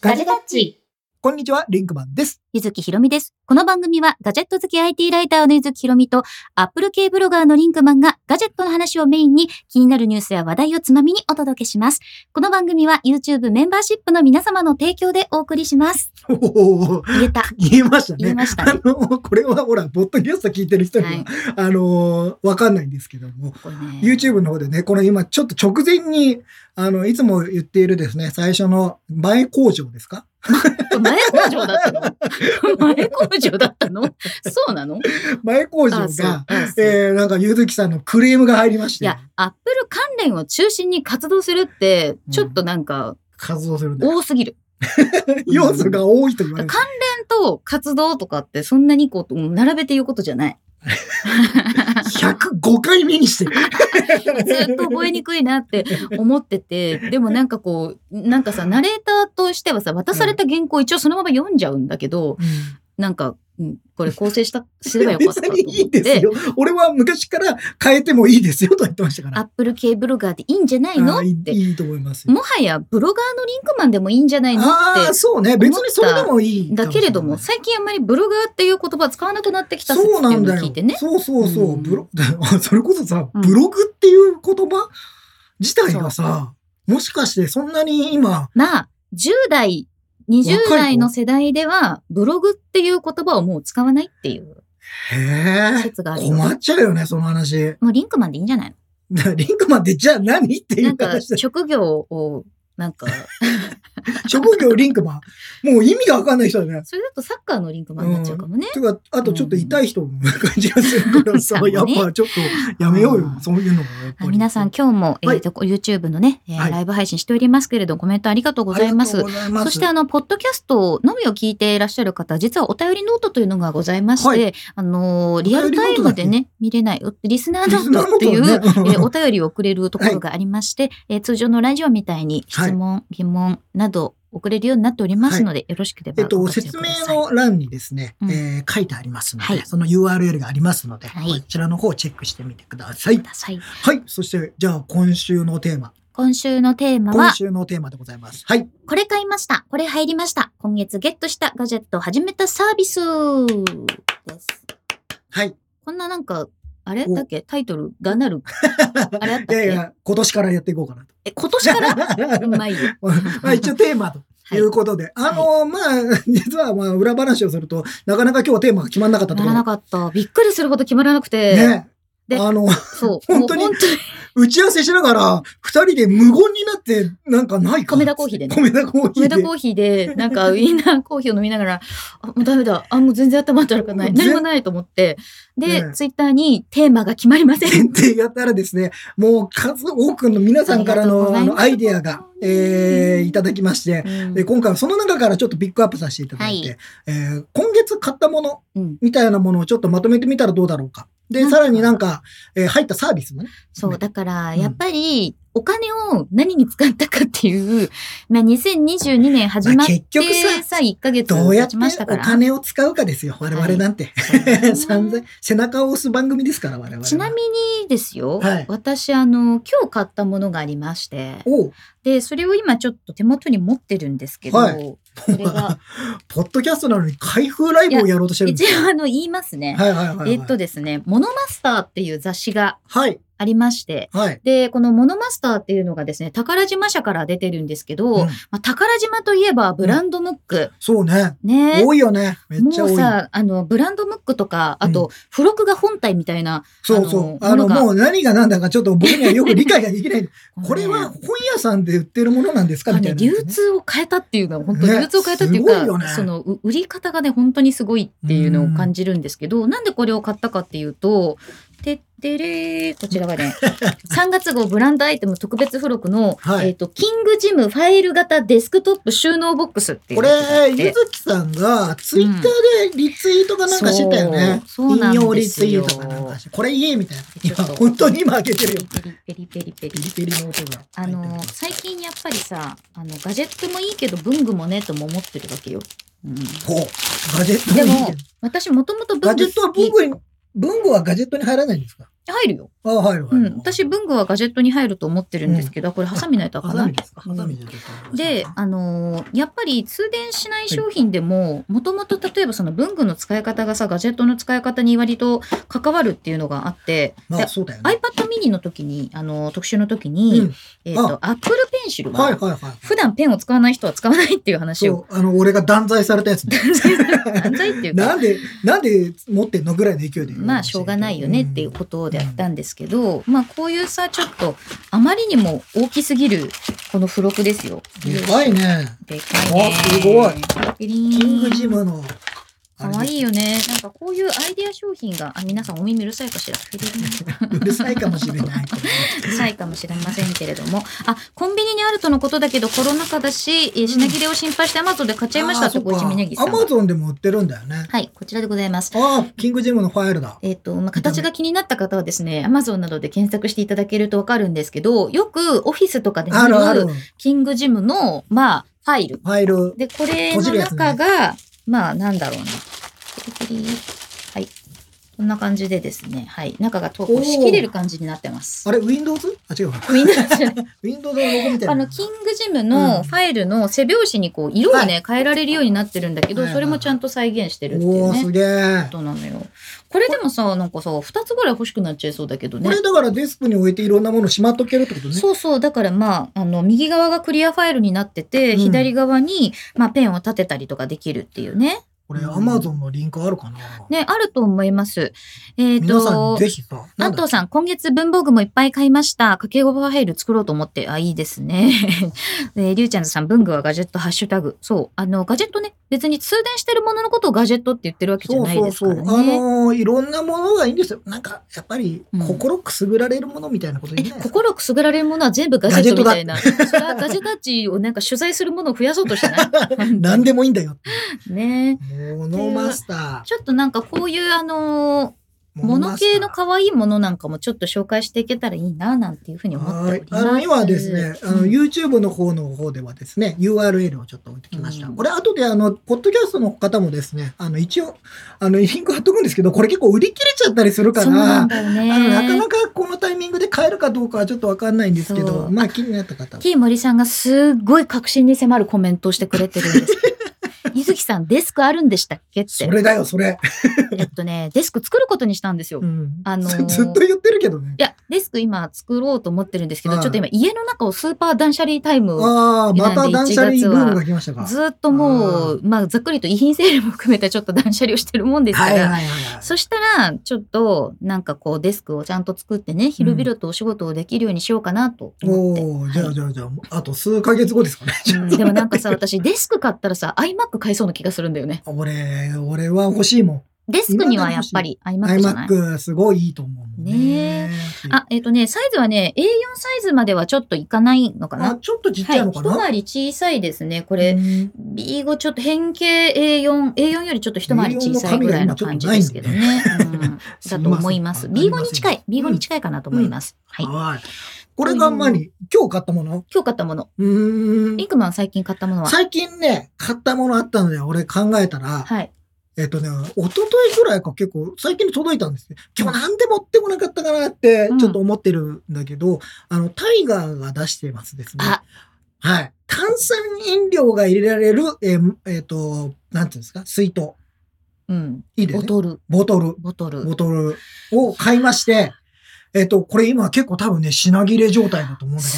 ガジェタッチ。こんにちは、リンクマンです。 ゆずきひろみです。この番組はガジェット好き IT ライターのゆずきひろみとアップル系ブロガーのリンクマンがガジェットの話をメインに気になるニュースや話題をつまみにお届けします。この番組は YouTube メンバーシップの皆様の提供でお送りします。おお、言えた。言えました言えね。ましたあね。の、これはほら、ポッドキャスト聞いてる人には、はいあのーわかんないんですけども、これね YouTube の方でね、この今ちょっと直前に、あの、いつも言っているですね、最初の前工場ですか前工場だ ったの前工場だったのそうなの前工場あそうが、あそうえー、なんか、ゆずきさんのクレームが入りましいて、や、アップル関連を中心に活動するって、ちょっとなんか活動するんで、多すぎる。要素が多いと言われ関る。連と活動とかってそんなにこう、並べて言うことじゃない。 105回目にしてる。 ずっと覚えにくいなって思ってて、でもなんかこう、なんかさ、ナレーターとしてはさ、渡された原稿一応そのまま読んじゃうんだけど、うんなんか、うんこれ構成した、すればよかった別と思にいいっですて、よ。俺は昔から変えてもいいですよと言ってましたかアら。ップル系ブロガーでいいんじゃないのあっーいていいいと思いますよ。もはやブロガーのリンクマンでもいいんじゃないのっああー、て。そうね。別にそれでもいいかだもしれけない。れども、最近あんまりブロガーっていう言葉使わなくなってきた説ってそうないうんのをだ聞いてよ。ね。そうそうそうう。んブロ、 それこそさ、うんブログっていう言葉自体がさ、もしかしてそんなに今、まあ、10代、20若い子代の世代では、ブログっていう言葉をもう使わないっていうへえ、説があるよ。困っちゃうよね、その話。 もうリンクマンでいいんじゃないだからリンクマンってじゃあ何っていのなうんか、話で。職業を、なんか、 職業リンクマン。もう意味がわかんない人だね。それだとサッカーのリンクマンになっちゃうかもね。てか、あとちょっと痛い人の感じがす るからさ、うんやっぱちょっとやめようよ、うんそういうのはやっぱあり。皆さん、今日も、えはーいと、YouTube のね、えーはいライブ配信しておりますけれど、コメントありがとうございますありがとう。ございます。そしてあの、ポッドキャストのみを聞いていらっしゃる方、実はお便りノートというのがございまして、はいあのー、リアルタイムでね、見れない、リスナーリノスーナートのってこいとう、ね、えーお便りをくれるところがありまして、えー通常のラジオみたいに質問、疑問など送れるようになっておりますので、よろしければえっと、ご活用説ください明の欄にですね、うんえー書いてありますので、はいその URL がありますので、はいこちらの方をチェックしてみてくださいく。ださい。はい。そして、じゃあ今週のテーマ、今週のテーマ今は、週のテーマでございます。はい。これ買いました、これ入りました、今月ゲットしたガジェットを始めたサービスです。はい。こんななんか、あれおだっけタイトルがな る。あれあったっいけやいや、今年からやっていこうかなと。え、今年 からうまいよ。まあ一応テーマと。はいい。うことで、あのまあ、 実は、まあ、裏話をすると、なかなか今日はテーマが決まらなかったとなころらなかった。びっくりするほど決まらなくて。ね。であの、そう。本当にもう打ち合わせしながら、二人で無言になって、なんかないか。米田コーヒーでね米田コーヒー梅で。田コーヒーで、なんかウインナーコーヒーを飲み ながら、あ、もうダメだ。あ、もう全然頭働かない。もう全何もないと思って。で、ねツイッターにテーマが決ま りません。限定やったらですね、もう数多くの皆さんからありがとのうござあいますのアイデアが、 えーいただきまして、うんで今回はその中からちょっとピックアップさせていただいて、はえー今月買ったものうんみたいなものをちょっとまとめてみたらどうだろうか。で、うんさらになんか、えー入ったサービスもね。そう、だから、やっぱり、お金を何に使ったかっていう、 まあ、2022年始まって、まあ結局ささ、1ヶ月どうや経ってちましたかおら。金を使うかですよ、我々なんて。 散々背中を押す番組ですから、我々は。ちなみにですよ、はい私あの今日買ったものがありましておうでそれを今ちょっと手元に持ってるんですけど、はいこれが ポッドキャストなのに開封ライブをやろうとしてるん一です応かあの言いますね、はいはいはいはい。えっとですね「モノマスター」っていう雑誌がはい。ありましてはい。でこの「モノマスター」っていうのがですね宝島社から出てるんですけど、うんまあ、宝島といえばブランドムック、そうね。ね多いよね。めっちゃもう多い。さあのブランドムックとかあと、付録が本体みたいなそうそう。ああのの、ものがもう何が何だかちょっと僕にはよく理解ができ ない。これねは本屋さんで売ってるものなんですかみたいなやつね、流通を変えたっていうのは本当にね流通を変えたっていうか、すごいよねそのう売り方がね本当にすごいっていうのを感じるんですけどなんでこれを買ったかっていうと「てってれー」こちらがね3月号ブランドアイテム特別付録の、はいえーと「キングジムファイル型デスクトップ収納ボックス」っていうこのがあっれ、てゆずきさんがツイッターでリツイートかなんかしてたよね。そうそうな引んですよ用リツイートかなんかして。これいいみたいな。今、ちょっと本当に今開けてるよ。ペリペリペリペリピリピリの音が。あの最近やっぱりさあのガジェットもいいけど文具もねとも思ってるわけよ。うん、ほう。ガジェットもいいけど私もともとガ文ジ具ェットは好文き具に、文具はガジェットに入らないんですか入るよ。あ、はい、はい。うん、私、文具はガジェットに入ると思ってるんですけど、これ、ハサミないとあかハんなサいミですか。ハサミでちょっと。で、あのーやっぱり通電しない商品でも、もともと例えばその文具の使い方がさ、ガジェットの使い方に割と関わるっていうのがあって、まであ、そうだよね。 iPad mini の時に、あのー特集の時に、うんえっ、と、Apple Pencil は、はい、はい、はい。普段ペンを使わない人は使わないっていう話を。そう、あの、俺が断罪された やつね。犯罪っていうなか、んで、なんで持ってんのぐらいの勢いで。まあしょうがないよねっていうことであったんですけど、まあこういうさ、ちょっとあまりにも大きすぎるこの付録ですよ。でかいね。でかいね。あすごいピリーン。キングジムの。かわいいよ。よね。なんかこういうアイデア商品が、あ皆さんお耳うるさいかしら。ピリーン うるさいかもしれない。うるさいかもしれませんけれども。あ、コンビニにあるとのことだけど、コロナ禍だし、えー品切れを心配して Amazon で買っちゃいましたと、ご一みねぎさアん。マゾンでも売ってるんだよね。はい、こちらでございます。ああ、キングジムのファイルだ。えっ、と、まあ、形が気になった方はですね、Amazon などで検索していただけるとわかるんですけど、よくオフィスとかで見あるあるる。キングジムの、まあ、ファイル。ファイル。で、これ閉じのるやつね中が、まあ、なんだろうな。ピリピリはい。こんな感じでですね、はい。中が投お稿ーしきれる感じになってます。あれ、Windows? あ、違うわ。みんなじゃない Windows のロゴみたいな。あの、キングジムうのんファイルの背表紙にこう、色をね、変えられるようになってるんだけど、はいはいそれもちゃんと再現してるっていうおー、ねす。げえ。ことなのよ。これでもさ、なんかさ、二つぐらい欲しくなっちゃいそうだけどね。これだからデスクに置いていろんなものしまっとけるってことね。そうそうだからまああの右側がクリアファイルになってて、うん左側に、まあ、ペンを立てたりとかできるっていうねこれ Amazon のリンクあるかな、ねあると思います。えっ、皆さんとぜひさ、な安んだ藤さん、今月文房具もいっぱい買いました。家計語ファイル作ろうと思って。あ、いいですね。 えー、りゅうちゃんさん、文具はガジェット、ハッシュタグ。そう。あの、ガジェットね、別に通電してるもののことをガジェットって言ってるわけじゃそうないそでうすそかう。らあね。のーいろんなものがいいんですよ。なんか、やっぱりうん、心くすぐられるものみたいなこと言いえない、ですか、心くすぐられるものは全部ガジェットみたいな。それはガジェタッチをなんか取材するものを増やそうとしてない 何でもいいんだよ。ねモノマスタちょっとなんかこういうあー。のー、もの系のカ可愛いものなんかもちょっと紹介していけたらいいななんていうふうに思っております。あの今ですね、あうのん YouTube の方の方ではですね、URL をちょっと置いてきました。うんこれ後であのポッドキャストの方もですね、あの一応あのリンク貼っとくんですけど、これ結構売り切れちゃったりするかそうならん、だあよのなかねな。かこのタイミングで買えるかどうかはちょっとわかんないんですけそど、うまあ気になった方は。 T 森さんがすっごい確信に迫るコメントをしてくれてるん ですけど。ゆずきさん、デスクあるんでしたっけっそて。れだよ、それ。えっとね、デスク作ることにしたんですよ。ういんあの ーずずっと言ってるけどね。や、デスク今作ろうと思ってるんですけど、はいちょっと今家の中をスーパー断捨離タイムをああ、まなたんで断捨離1ブームが来ましたか。ずっともう、まあざっくりと遺品整理も含めたちょっと断捨離をしてるもんですかはいら、はいはいはい。そしたら、ちょっと、なんかこう、デスクをちゃんと作ってね、広々とお仕事をできるようにしようかなと思って。おおー、じゃあじゃあじゃあ、あと数ヶ月後ですかね。うん でもなんかさ、私、デスク買ったらさ、iMac 買いそうな気がするんだよね。俺、俺は欲しいもん。デスクにはやっぱり iMac じゃない iMac すごいいいと思うもんね。あ、えっ、とね、サイズはね、A4 サイズまではちょっといかないのかあな。ちょっとちっちはゃい、いの一かな、回り小さいですね。ここれ、B5 ちょっと変形 A4、A4 よりちょっと一回り小さいぐらいの感じですけどね。うんだと思います。 すい B5 ませんに近い、B5 に近いかなと思います。はい。はい。これがまに、今日買ったもの今日買ったもの、うーんリンクマン最近買ったものは、最近ね、買ったものあったので、俺考えたら、はい。えっとね、一昨日ぐらいか結構、最近に届いたんですよ。今日なんで持ってこなかったかなってうん、ちょっと思ってるんだけど、あの、タイガーが出してますですね。あはい。炭酸飲料が入れられる、えーえっと、なんていうんですか、水筒。うん。いいでボすね。トル、ボトル。ボトル。ボトルを買いまして、えっと、これ今結構多分ね、品切れ状態だと思うんだけ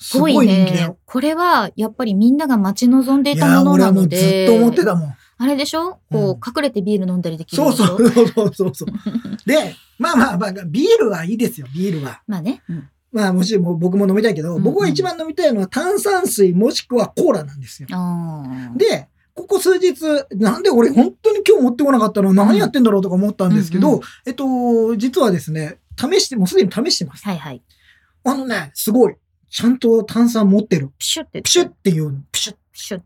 すどっ、ごい人気だねよ。。これは、やっぱりみんなが待ち望んでいいたやー、もの俺なはものうずで。っと思ってたもん。あれでしょこう、うん隠れてビール飲んだりできるそでうしょ そうそうそうそうそう。で、まあまあまあ、ビールはいいですよ、ビールは。まあね。うんまあ、もしも僕も飲みたいけど、うんうん僕が一番飲みたいのは炭酸水もしくはコーラなんですよ。あーで、ここ数日、なんで俺本当に今日持ってこなかったの何やってんだろうとか思ったんですけど、うんうえっと、実はですね、試して、もうすでに試してます。はいはい。あのね、すごい。ちゃんと炭酸持ってる。ピシュって。ピシュっていうの。ピシュッピシュッ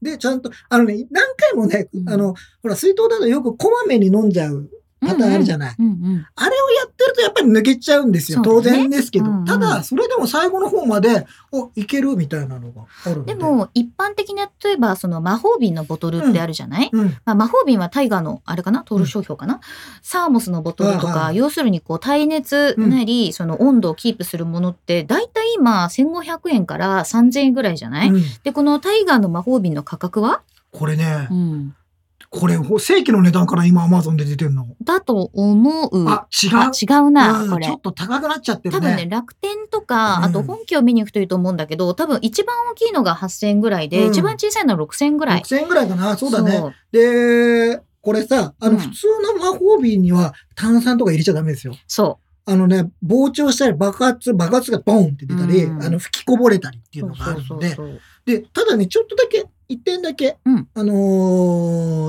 で、ちゃんと、あのね、何回もねう、んあの、ほら、水筒だとよくこまめに飲んじゃうパターンあるじゃない。うんうん。あれをやってるとやっぱり抜けちゃうんですよ。そ当うだね然ですけど。うんうんただ、それでも最後の方まで、お、いけるみたいなのがあるので。で、も、一般的な、例えば、その魔法瓶のボトルってあるじゃない、うん。まあ、魔法瓶はタイガーのあれかなトール商標かな、サーモスのボトルとはいか、はい要するにこう耐熱なり、その温度をキープするものって大体今1500円から3000円ぐらいじゃない、うんでこのタイガーの魔法瓶の価格は、これね、ん、これ、ほ正規の値段から今アマゾンで出てるの。だと思うあ、違う。あ違うな、うんこれちょっと高くなっちゃって多る分ねね。楽天とか、うんあと本家を見に行くといいと思うんだけど多分一番大きいのが8000円ぐらいで、うん一番小さいのは6000円ぐらい。 6000円ぐらいかな。そうだね。うで、これさ、あうんの、普通の魔法瓶には炭酸とか入れちゃダメですよ。そあのね、膨張したり爆発、爆発がボンって出たり、うんあの、吹きこぼれたりってういうのがあるそのうそうで、そうそうで、ただね、ちょっとだけ、一点だけ、うんあの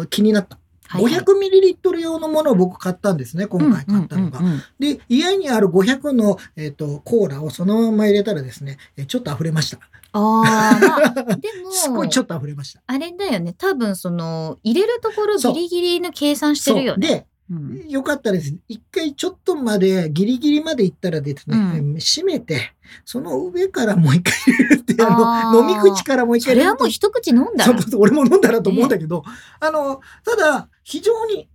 ー気になった。はいはい 500ml 用のものを僕買ったんですね、今回買ったのが。うんうんうんうんで、家にある500の、えっとコーラをそのまま入れたらですね、えちょっと溢れました。ああ、まあ、で も、すごいちょっと溢れました。あれだよね。多分、その、入れるところギリギリの計算してるよね。そうで、うんよかったです。一回ちょっとまで、ギリギリまで行ったらですね、う閉めて、その上からもう一回入れるって、ああーの、飲み口からもう一そ回入れれるはもとう一口飲んだそうらそうそう俺も飲んだらと思うんだけど、あの、ただ、非常に、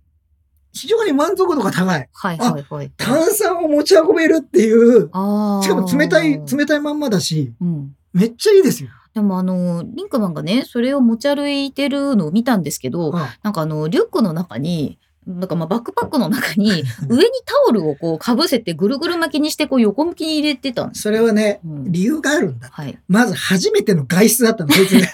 非常に満足度が高い。はいはいはい。炭酸を持ち運べるっていう、あーしかも冷たい、冷たいまんまだし、うん。めっちゃいいですよ。でもあの、リンクマンがね、それを持ち歩いてるのを見たんですけど、あなんかあの、リュックの中に、なんかまあバックパックの中 に、上にタオルをこうかぶせてぐるぐる巻きにして、こう横向きに入れてたんです。それはね、うん理由があるんだ。はい。まず初めての外出だったの、こいつ ね。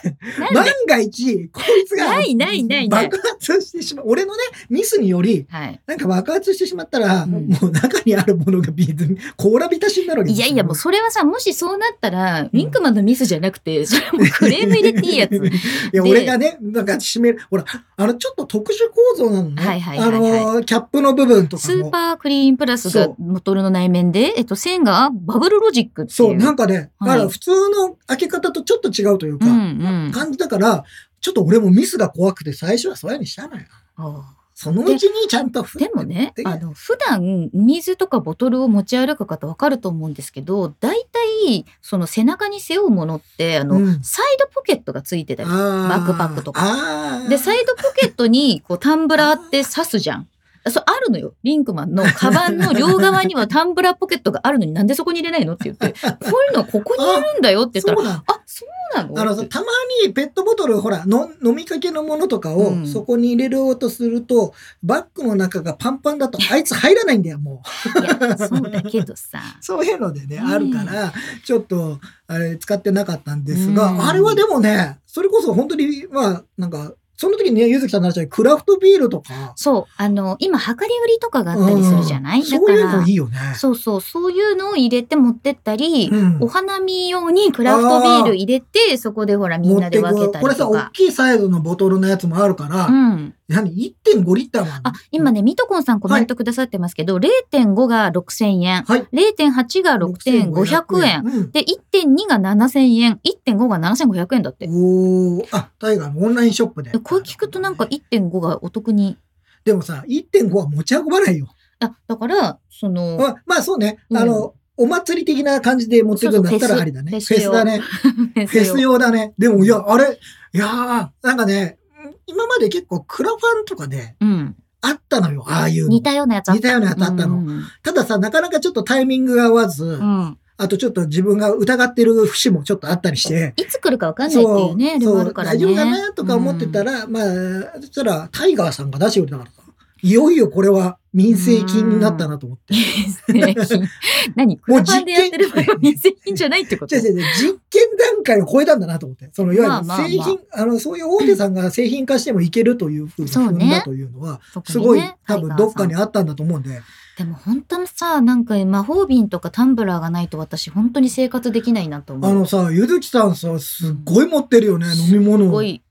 万が一、こいつがないないないない爆発してしまう。俺のね、ミスにより、はい。なんか爆発してしまったら、うんもう中にあるものがビーズ、コーラ浸しになるわけでいすよやいや、もうそれはさ、もしそうなったら、リンクマンのミスじゃなくて、 それはもうクレーム入れていい やつ。いや、で俺がね、なんか締める、ほら、あの、ちょっと特殊構造なのね。はいはいはいはいあの、キャップの部分とかスも。ーパークリーンプラスがそうボトルの内面で、えっと、線がバブルロジックっていう。そう、なんかね、はいだから普通の開け方とちょっと違うというか、うんうん感じだから、ちょっと俺もミスが怖くて最初はそうやにしたのよ。あそのうちにちゃんとふあでもねで、あの、普段、水とかボトルを持ち歩く方わかると思うんですけど、大体、その背中に背負うものって、あの、うんサイドポケットがついてたバりする。バックパックとかかで、サイドポケットに、こう、タンブラーって刺すじゃん。そう、あるのよ。リンクマンのカバンの両側にはタンブラーポケットがある のになんでそこに入れないのって言って、こういうのここに入れるんだよって言っそたら、うなんあ、そうなのあのさたまにペットボトルほらの飲みかけのものとかうをんそこに入れようとすると、バッグの中がパンパンだとあいつ入らないんだよもういや、そうだけどさ。そういうのでね、うんあるから、ちょっと、あれ、使ってなかったんですうんが、あれはでもね、それこそ本当に、まあ、なんか、その時にね、ゆずきさんの話で、クラフトビールとか、そう、あの、今、量り売りとかがあったりするじゃなうい、んだそうかいうのらいいよね。そうそう、そういうのを入れて持ってったり、うんお花見用にクラフトビール入れて、そこでほら、みんなで分けたこりれさ、と大か。きいサイズのボトルのやつもあるから、うん。何 ?1.5 リッターもあある、今ね、ミトコンさんコメントくださってますけど、0.5が6000円、はい0.8が6500円、円。で、1.2が7000円、1.5が7500円だってう。ん、おーあ、タイガーのオンラインショップで。これ聞くとなんか、1.5がお得に。でもさ、1.5は持ち運ばないよ。あ、だから、その、まあ、まあそうね、うんあの、お祭り的な感じで持ってくんだったそうそうフェらスありだね。フフェェス用スだね。フェス用だね。でも、いや、あれ、いやー、なんかね、今まで結構クラファンとかでうん。あったのよ、ああいうの。似たようなやつあった。似たようなやつあったのうんたださ、なかなかちょっとタイミングが合わず、うんあとちょっと自分が疑ってる節もちょっとあったりして、いつ来るかわかんないっていうね、あれもあるからね。大丈夫かなとか思ってたら、まあ、そしたらタイガーさんが出してくれたからさ、いよいよこれは民生金になったなと思って。う ん。何クもうラファンでやってる場合は店品じゃないってこ と違う違う違う実験段階を超えたんだなと思って。その、いまあわまあまあゆる製品、あの、そういう大手さんが製品化してもいけるというふうにそう踏ねんだというのは、すごい、多分どっかにああったんだと思うんで。でも本当にさ、なんか魔法瓶とかタンブラーがないと私本当に生活できないなと思う。あのさ、ゆずきさんさ、すっごい持ってるよね、飲み物すを。ご飲い。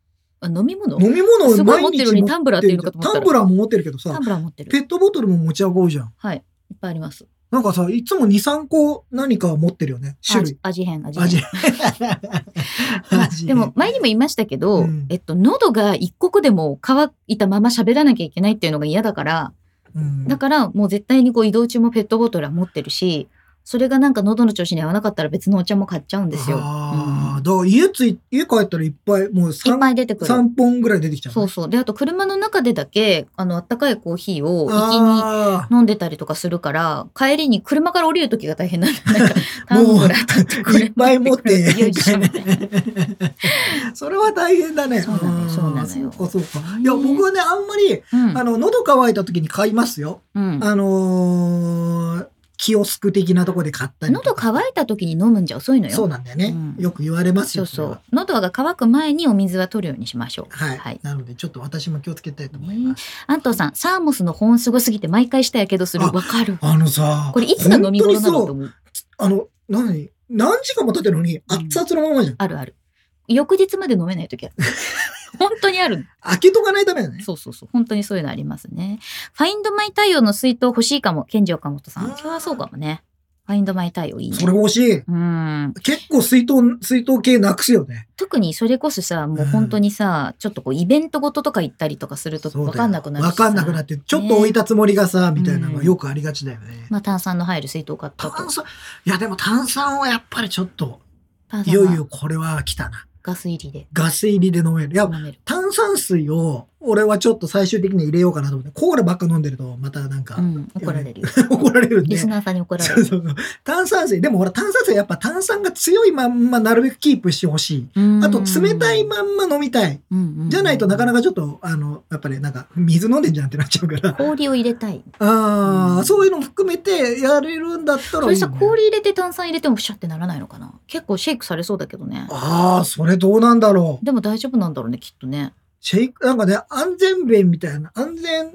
あ飲み物み物すをごい持毎って日るのに持タンブラーっってていうるのじかゃん。タンと思ったブら。ラーも持ってるけどタさン、ブラー持ってる。ペットボトルも持ち運ぶじゃん。はい。いっぱいあります。なんかさ、いつも2、3個何かを持ってるよね、種類味。味変、味変。 味。まあ味 でも、前にも言いましたけど、うんえっと、喉が一刻でも乾いたまま喋らなきゃいけないっていうのが嫌だから、うんだからもう絶対にこう移動中もペットボトルは持ってるし、それがなんか喉の調子に合わなかったら別のお茶も買っちゃうんですよ。ああ、うんだから家つい、家帰ったらいっぱい、もういっぱ三い出てくる。三本ぐらい出てきちゃう。そうそう。で、あと車の中でだけ、あの、あったかいコーヒーを一気にあ飲んでたりとかするから、帰りに車から降りるときが大変なん だよ。なんか、タンブラー取ってあ、くいれっぱい持って。よいしょみたいな。 それは大変だね。そうなのよんそうなのよそうか、そうか。いや、僕はね、あんまり、あの、喉乾いた時に買いますよ。うん。うんあのー、キオスク的なとこで買ったりとか。喉乾いたときに飲むんじゃ遅いのよ。そうなんだよね。うんよく言われますそよ。うそれはう。喉が乾く前にお水は取るようにしましょう。はい。はいなので、ちょっと私も気をつけたいと思います。安藤さん、サーモスの保温すごすぎて毎回したやけどする。あわかる。あのさ、これいつが飲み頃な本当にのとそう思う。あの、何何時間も経ってるのに、熱々のままじゃん。あるある。翌日まで飲めない ときある。本当にある。開けとかないためだね。そうそうそう。本当にそういうのありますね。ファインドマイ太陽の水筒欲しいかも。健二岡本さん。あー今日はそうかもね。ファインドマイ太陽いいね。それ欲しい。うん。結構水筒、水筒系なくすよね。特にそれこそさ、もう本当にさ、ちょっとこうイベントごととか行ったりとかするとそうだよ分かんなくなるしわさかんなくなって、ちょっと置いたつもりがさ、みたいなのがよくありがちだよね。まあ炭酸の入る水筒買ったと炭。酸、いやでも炭酸はやっぱりちょっと、炭酸いはよいよこれは来たな。ガス入りでガス入りで飲める。いや飲、める。炭酸水を、俺はちょっと最終的に入れようかなと思って、コーラばっか飲んでると、またなんかう、ん、怒られるよ。 怒られるんリでス。ナーさんに怒られそうる。そうそう炭酸水。でもほら、炭酸水やっぱ炭酸が強いまんま、なるべくキープしてほしい。あと、冷たいまんま飲みたい。じゃないとなかなかかちょっと、あの、やっぱりなんか、水飲んでんじゃんってなっちゃうから。氷を入れたい。あうんあ、そういうのも含めてやれるんだったそらいれいね、さ、氷入れて炭酸入れてもプシャってならないのかな結構シェイクされそうだけどね。ああ、それどうなんだろう。でも大丈夫なんだろうね、きっとね。シェイク、なんかね、安全弁みたいな、安全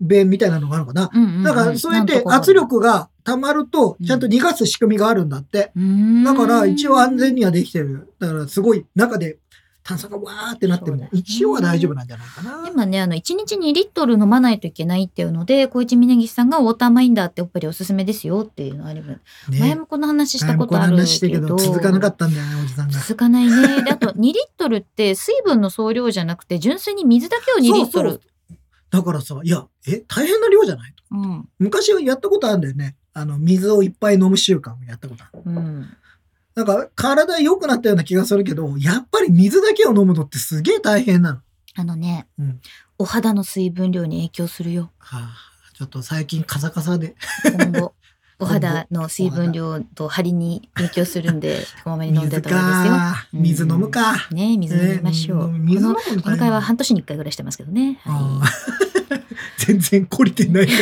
弁みたいなのがあるのかな。うんうんうんだから、そうやっなんてとか圧力が溜まると、ちゃんと逃がす仕組みがあるんだって。うーんだから、一応安全にはできてる。だから、すごい、中で炭酸がわーってなってそうだもね、一応は大丈夫なんじゃないかな。今ね、あの、1日2リットル飲まないといけないっていうので、小市峯岸さんがウォーターマインダーってやっぱりおすすめですよっていうのあれば、ね前もこの話したことあ前もるの話したけけど、ど、続かなかったんだよね、おじさんが。続かないね。で、あと2リットルって水分の総量じゃなくて、純粋に水だけを2リットル。そうそうだからさ、いや、え、大変な量じゃないうん。昔やったことあるんだよね。あの、水をいっぱい飲む習慣をやったことある。うん。なんか、体良くなったような気がするけど、やっぱり水だけを飲むのってすげえ大変なの。あのね、うんお肌の水分量に影響するよ。はあ、ちょっと最近カサカサで、 今後。お肌の水分量と張りに影響するんで、こまめに飲んで 水た方がいか。うん水飲むか。いですよ。ね、水飲みましょう。ねこ水飲むののこの大回変は半年に1回ぐらいしてますけどね。あはあ 全然懲りてない か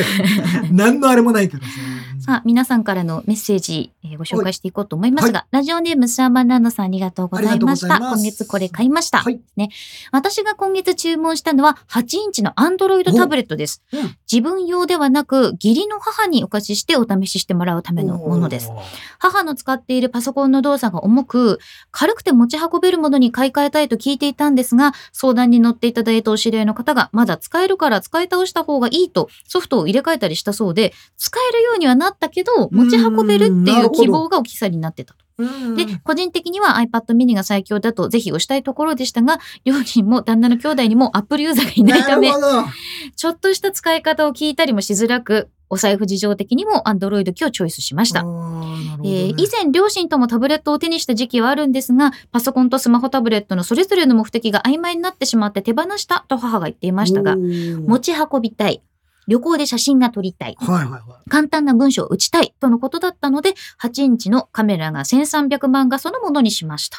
ら。何のあれもないからさ。い、さあ、皆さんからのメッセージ、えーご紹介していこうと思いますが、ラジオネームスアマンランドさんありがとうございました。ありがとうございま今す月これ買いました、はいね。私が今月注文したのは8インチのアンドロイドタブレットです。おうん自分用ではなく、義理の母にお貸ししてお試ししてもらうためのものです。おー。母の使っているパソコンの動作が重く、軽くて持ち運べるものに買い替えたいと聞いていたんですが、相談に乗っていただいたお知り合いの方が、まだ使えるから使い倒した方がいいと、ソフトを入れ替えたりしたそうで、使えるようにはなったけど、持ち運べるうーんってないるうほど希望が置き去りになってたと。うんで、個人的には iPad mini が最強だとぜひ推したいところでしたが、両親も旦那の兄弟にも Apple ユーザーがいないためな、るほど。ちょっとした使い方を聞いたりもしづらく、お財布事情的にも Android 機をチョイスしました。おーなるほどねえー以前両親ともタブレットを手にした時期はあるんですがパソコンとスマホタブレットのそれぞれの目的が曖昧になってしまって手放したと母が言っていましたがおー持ち運びたい旅行で写真が撮りたいはいはいはい。簡単な文章を打ちたいとのことだったので8インチのカメラが1300万画素のものにしました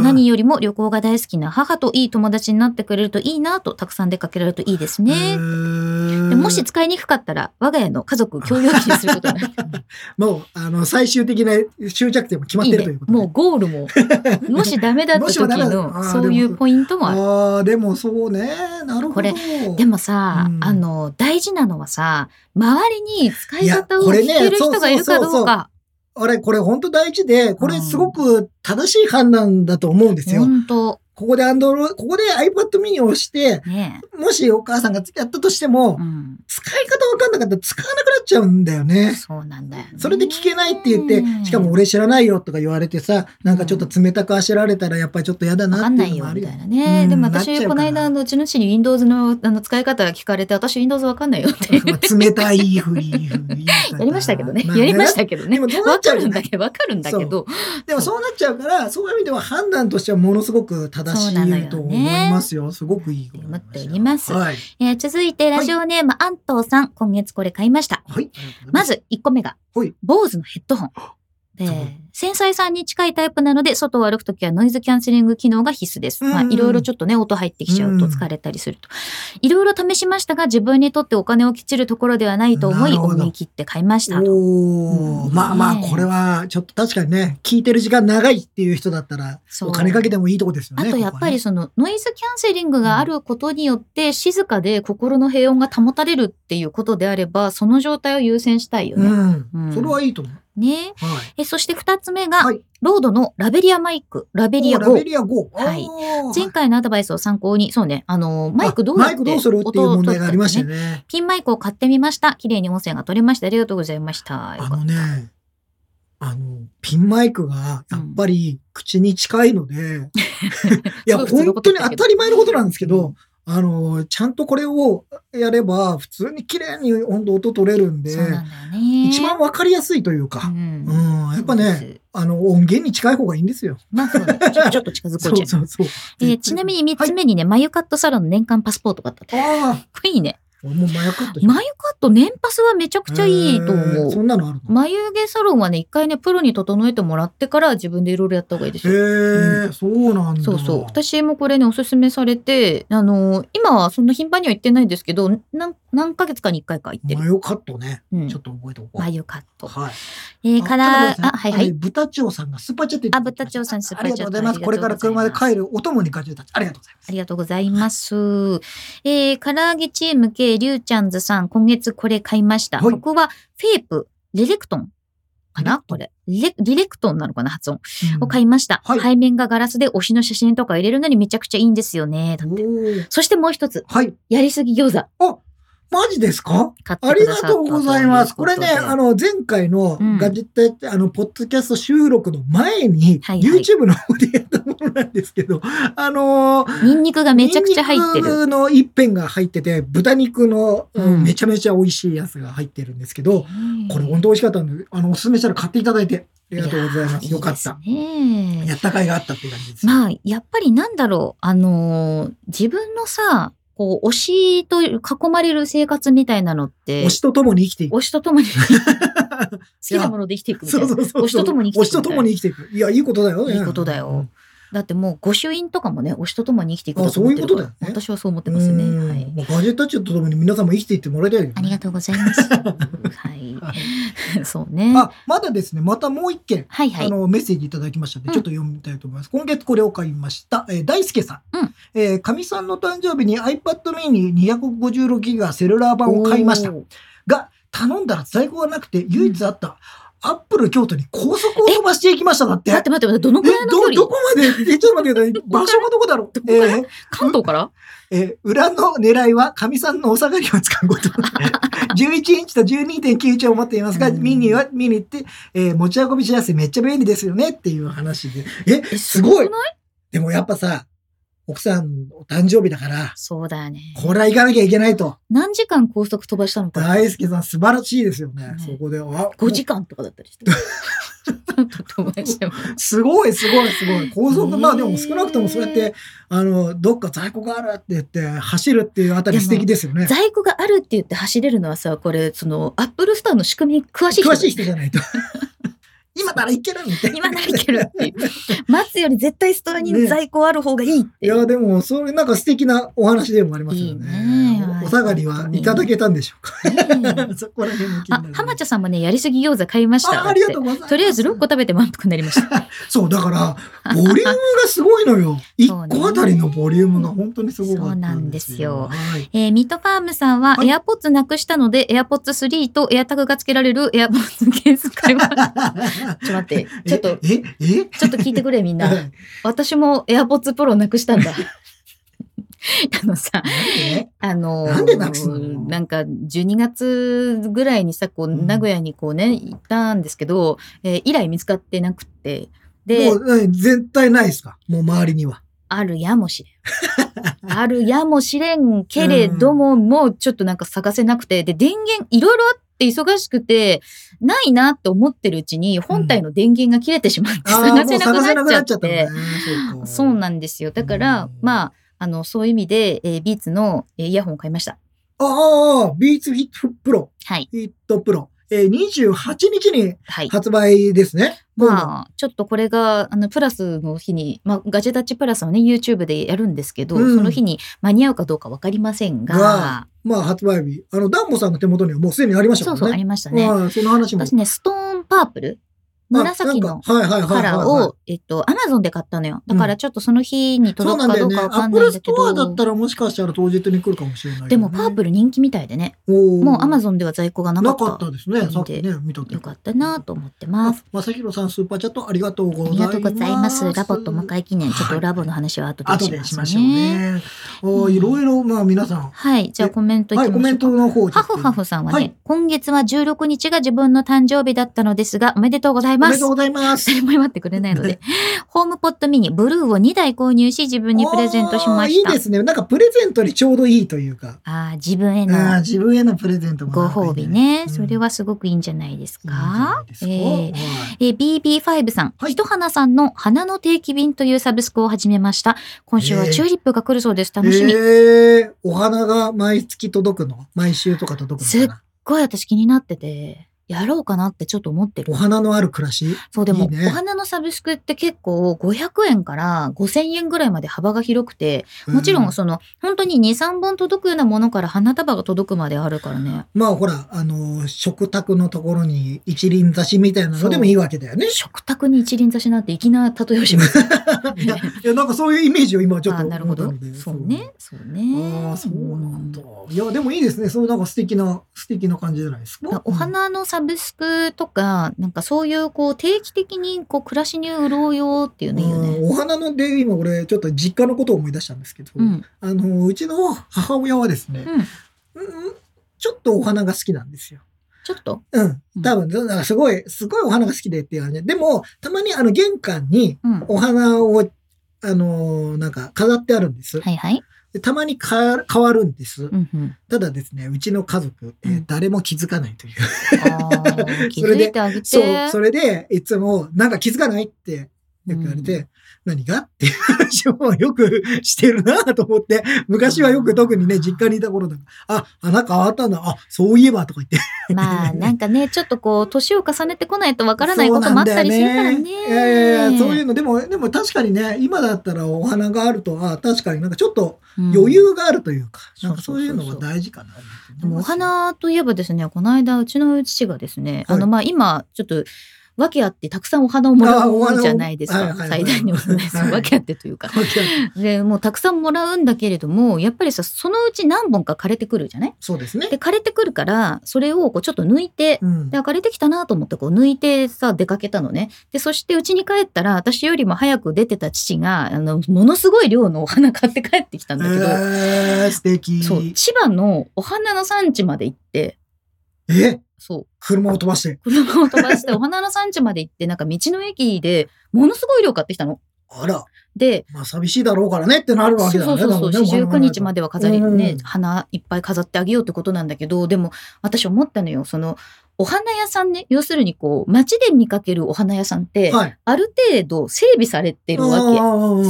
何よりも旅行が大好きな母といい友達になってくれるといいなとたくさん出かけられるといいですね。でねもし使いにくかったら我が家の家族共用機にすることになるもうあの最終的な終着点も決まっいてるいねということでもうゴー ルももしダメだった時もしもダメだのあーそういでうもポイントもある。ああでもそうねなるほどこれでもさ、うんあの大事なのはさ周りに使い方をいやこれ聞ねける人がいるかそうそうどそううか。あれこれ本当大事でこれすごく正しい判断だと思うんですよ、本当ここで Android、ここで iPad mini を押して、ねもしお母さんがやったとしてもえ。う、ん。使い方わかんなかったら使わなくなっちゃうんだよね。そうなんだよ、ね。それで聞けないって言って、しかもわ俺知らないよとか言われてさ、なんかちょっと冷たくあしられたらやっぱりちょっと嫌だなかっんてないいのうよもあるみたよい。なね。うんでもなっち私ゃうこかのな間のうちの父に Windows のあの使い方聞かれて私 Windows わかんない よって言って冷たいふり、言い方やりましたけどね。やりましたけどねで。もどうなわっちゃかうじるゃんなだいけどわかるんだけど。でもそうなっちゃうから、そういう意味では判断としてはものすごく正しいと思いますよ。すごくいいこと思いした。思っておりますはい。えー続いてラジオネーム、安藤さん。今月これ買いました。はい。ま、ず1個目がはい、坊主のヘッドホン。でそう、繊細さんに近いタイプなので、外を歩くときはノイズキャンセリング機能が必須でうす。んうんまあ、いろいろちょっとね、音入ってきちゃうと疲れたりすると。いろいろ試しましたが、自分にとってお金をきちるところではないと思い、なるほど思い切って買いましたと。おうお、んまあまあ、ねえこれはちょっと確かにね、聞いてる時間長いっていう人だったら、そうお金かけてもいいとこですよあね。とやっぱりこそのノイズキャンセリングがあることによって静かで心の平穏が保たれるっていうことであればその状態を優先したいよこはね。ね。う。うんんそれはいいと思う。はねい。えそして二つ目が、はいロードのラベリアマイクラベリアおラベ GO。リア GO。はいおー前回のアドバイスを参考にそうねあのマイクどうやマっイてクどうするっていう音を問取題っがたあかりましたねよね。ピンマイクを買ってみました綺麗に音声が取れましたありがとうございましたよあかっのね、あの、ピンマイクがやっぱり口に近いの で、いや、すごい普通の本こと当言にった当けどたり前のことなんですけうど、あの、ちゃんとこれをやれば、普通に綺麗に音音取れるんたでそう、なんだよね一番わかりやすいというか、うんうん、やっぱそうね、ですあの、音源に近い方がいいんですよ。まあそうねちょちょっと近づこそうじゃうんそうそう。えーちなみに3つ目にね、マユカットサロンの年間パスポートがあった。かっああ、こいいね。俺もマヤカットじゃんマユカット年パスはめちゃくちゃいいとえー思。そうんなのあるの眉毛サロンはね、一回ね、プロに整えてもらってから自分でいろいろやった方がいいですよ。へえ、そうなんだ。そうそう。私もこれね、おすすめされて、あのー今はそんな頻繁には行ってないんですけど、なん何ヶ月かに1回か行ってマる。ヨカットね。うんちょ。っと覚えておこう。眉カット。はい。えー、から、ただごめんなあ、さはいはいあの。豚長さんがスーパーチャットいただきましたあ豚長さんスーパありーがチとャットうございます。これから車で帰るお供にガジェタッチ。ありがとうございます。ありがとうございます。えー、唐揚げチーム系りゅうちゃんずさん、今月これ買いました。はい僕はフェイプ、リレクトンかなこリれ。リレリレクトンなのかな発音。を買いいました、はい背面がガラスで推しの写真とか入れるのにめちゃくちゃいいんですよね。だってそしてもう一つ、はい。やりすぎ餃子あ、マジですか買ってあくりだがさったとうございます。これね、というとであの、前回のうんガジェット、あの、ポッドキャスト収録の前に、はいはい YouTube の方でやったものなんですけど、あのー、ニンニクがめちゃくちゃ入ってニンニる。クの一辺が入ってて、豚肉の、うんうんめちゃめちゃ美味しいやつが入ってるんですけど、これ本当美味しかったんで、あの、おすすめしたら買っていただいて、ありがとうございます。よかった。いやーいいですねやったかいがあったっていう感じです。まあ、やっぱりなんだろう、あのー自分のさ、こう、推しと囲まれる生活みたいなのって、推しと共に生 きていく。推しとともに好きなもので生きていくみたいな。うそう推しと共に生きていく推しと共に生きていく。いや、いいことだよね。いいことだよだってもう、御朱印とかもね、推しとともに生きていくとあそう思っいうてこるかとらだよね私はそう思ってうますね。ん。はい。まあガジェットチューと共に皆さんも生きていってもらいたいよねありがとうございます。は い。そうね。あ、まだですね、またもう一件。はいはあい。のメッセージいただきましたので、うんちょっと読みたいと思います。今月これを買いました。えー大輔さん。うんえーかみさんの誕生日に iPad mini256 ギガセルラー版を買いましたお。ーが、頼んだら在庫がなくて、唯一あった、アップル京都に高速を飛ばしていきましただって。待って待って待って、どのくらいの距ど、ど離こまで、え、ちょっと待ってく ださい。場所がどこだろどこう。えー関東からえー裏の狙いは、かみさんのお下がりを使う こと。11インチと12.9インチを持っていますが、うんミニは、ミニって、えー持ち運びしやすい、めっちゃ便利ですよねっていう話で。え、え、すごいくないでもやっぱさ、奥さんお誕生日だから、そうだよね。これは行かなきゃいけないと。何時間高速飛ばしたのか。大輔さん素晴らしいですよねね。そこで。あ5時間とかだったりして。飛ば してもすごいすごいすごい。高ね速、えまあでも少なくともそうやって、あの、どっか在庫があるって言って走るっていうあたり素敵ですよね。在庫があるって言って走れるのはさ、これ、その、アップルスターの仕組みに詳しい人詳しい人じゃないと。 今ならいけるみたいな。今ならいけるっていう。 待つより絶対ストアにね在庫ある方がいいっていいう。や、でも、それなんか素敵なお話でもありますよね。いいねおお下がりはいただけたんでしょうか。ね えそこら辺も気にあなる、浜茶さんもね、やりすぎ餃子買いました。あありがとうございます。とりあえず6個食べて満腹になりました。そう、だから、ボリュームがすごいの よ。一個あたりのボリュームが本当にすごかったそうなんですよはいえーミッドファームさんは、はいエアポッツなくしたので、エアポッツ3とエアタグが付けられるエアポッツケース買いま した。ちょっと待って、ちょっと、え、え、えちょっと聞いてくれみ んな。はい私も AirPods Pro なくしたん だ。あのさ、あのーなんでなくすのなんか12月ぐらいにさこううん名古屋にこうね行ったんですけど、えー以来見つかってなくってでもううん絶対ないですかもう周りには。あるやもしれん あるやもしれんけれども、もうちょっとなんか探せなくてで電源いろいろあって忙しくてないなって思ってるうちに本体の電源が切れてしまって、ー 探もせうな探くせななっくちゃなっっちゃったての。ね。うそうかなんですよ。だから、うんまあ、あの、そういう意味で、えービーツの、えーイヤホンを買いました。ああ、ビーツフィットプロ、はい。フィットプロ。えー、28日にはい。発売ですね。あ、まあ、ちょっとこれが、あの、プラスの日に、まあ、ガジェタッチプラスをね、YouTube でやるんですけど、うんその日に間に合うかどうかわかりませんが、わまあ発売日。あの、ダンボさんの手元にはもうすでにありましたそうもんね。そう、ありましたね。はいその話も。私ね、ストーンパープル紫あなのんかはいはいはいカはいラーはいを、えっと、アマゾンで買ったのよ。だからちょっとその日にそう届なんくだかどようね。かアわかッんプなルいんだスけトど、アだったらもしかしたら当日に来るかもしれないけどね、でもパープル人気みたいでね、ル、もうアマゾンでは在庫がなかなったかったですね。さっきね、見たけどよかったなと思ってます。まさひろさん、スーパーチャットありがとうごあざいります。がとうございます。ラボットも無会記念、はいちょっとラボの話は後後ででししままししょょううね。ね。おーいろいろ、まあ皆さん。はい、じゃあコメントいはきましい、ょコうか。メントの方ハフハフさんはね、はい今月は16日が自分の誕生日だったのですが、おめでとうございおめまですとう。 ございます。誰も祝ってくれないので、ホームポットミニブルーを2台購入し、自分にプレゼントし ました。おーいいですね。なんかプレゼントにちょうどいいというか。ああ、自分へのあー自分へのプレゼントもごなんかいい褒ね美ね。うんそれはすごくいいんじゃないですいいんじゃなかいで。すえかーはいえー BB5 さん、はいひとはなさんの花の定期便というサブスクを始めました。今週はチューリップが来るそうです。楽しみ。えすっーお花が毎月届くの毎週とか届くのかなごい私気になってて、やろうかなってちょっと思ってるお。花のある暮らしそうでもいいねお花のサブスクって結構500円から5000円ぐらいまで幅が広くて、もちろうんんその本当に2、3本届くようなものから花束が届くまであるからね。まあほら、あの、食卓のところに一輪挿しみたいなのでもいいわけだよね。食卓に一輪差しなんて粋な例えをします。 いや、いやなんかそういうイメージを今ちょっあとなるほど思ったの。でそう。ね。そうね。ああ、そうなんだ。いや、でもいいですね。そう、なんか素敵な、素敵な感じじゃないですか。お花のサブスクとか、なんかそういうこう定期的にこう暮らしに潤うよっていううんのいいよね。うんお花ので、今俺、ちょっと実家のことを思い出したんですけど、うん。あの、うちの母親はですね、うん。うんちょっとお花が好きなんですよ。ちょっと。うんうん。多分、なんかすごい、すごいお花が好きでっていう感じで。でも、たまにあの、玄関にうん。はお花を、あのーなんか飾ってあるんです。いはい。でたまにか変わるんですう。んうん。ただですね、うちの家族、えーうん誰も気づかないという。あー気それづでいてあげて。そう、それで、いつも、なんか気づかないって、よく言われて、何がっていう話をよくしてるなと思って、昔はよく特にね、実家にいた頃とか、あ、花変わったんだ、あ、そういえばとか言って。まあなんかね、ちょっとこう、年を重ねてこないとわからないこともあったりするからね。そうなんだよねいやいやいやそういうの、でも、でも確かにね、今だったらお花があると、あ、確かになんかちょっと余裕があるというか、うんなんかそういうのが大事かな。でもお花といえばですね、この間うちの父がですね、はいあのまあ今ちょっと訳あってたくさんお花をもらあお花うをじゃないですはいかはいは。い最大にお願いすはるい訳あってというか。わけあるでもうたくさんもらうんだけれどもやっぱりさそのうち何本か枯れてくるじゃない そうですね。で枯れてくるからそれをこうちょっと抜いてうんで、枯れてきたなと思ってこう抜いてさ、出かけたのね。で、そして家に帰ったら、私よりも早く出てた父が、あの、ものすごい量のお花買って帰ってきたんだけど、えー、素敵。そう、千葉のお花の産地まで行って、えそう、車を飛ばして。車を飛ば してお花の産地まで行って、なんか道の駅で、ものすごい量買ってきたの。あら、で、まあ寂しいだろうからねってなるそわうけだそようね。そう、四十九日まで。では飾りうねん、花いっぱい飾ってあげようってことなんだけど、でも私思ったのよ、その、お花屋さんね、要するにこう、街で見かけるお花屋さんって、はい。ある程度整備されてるわけ。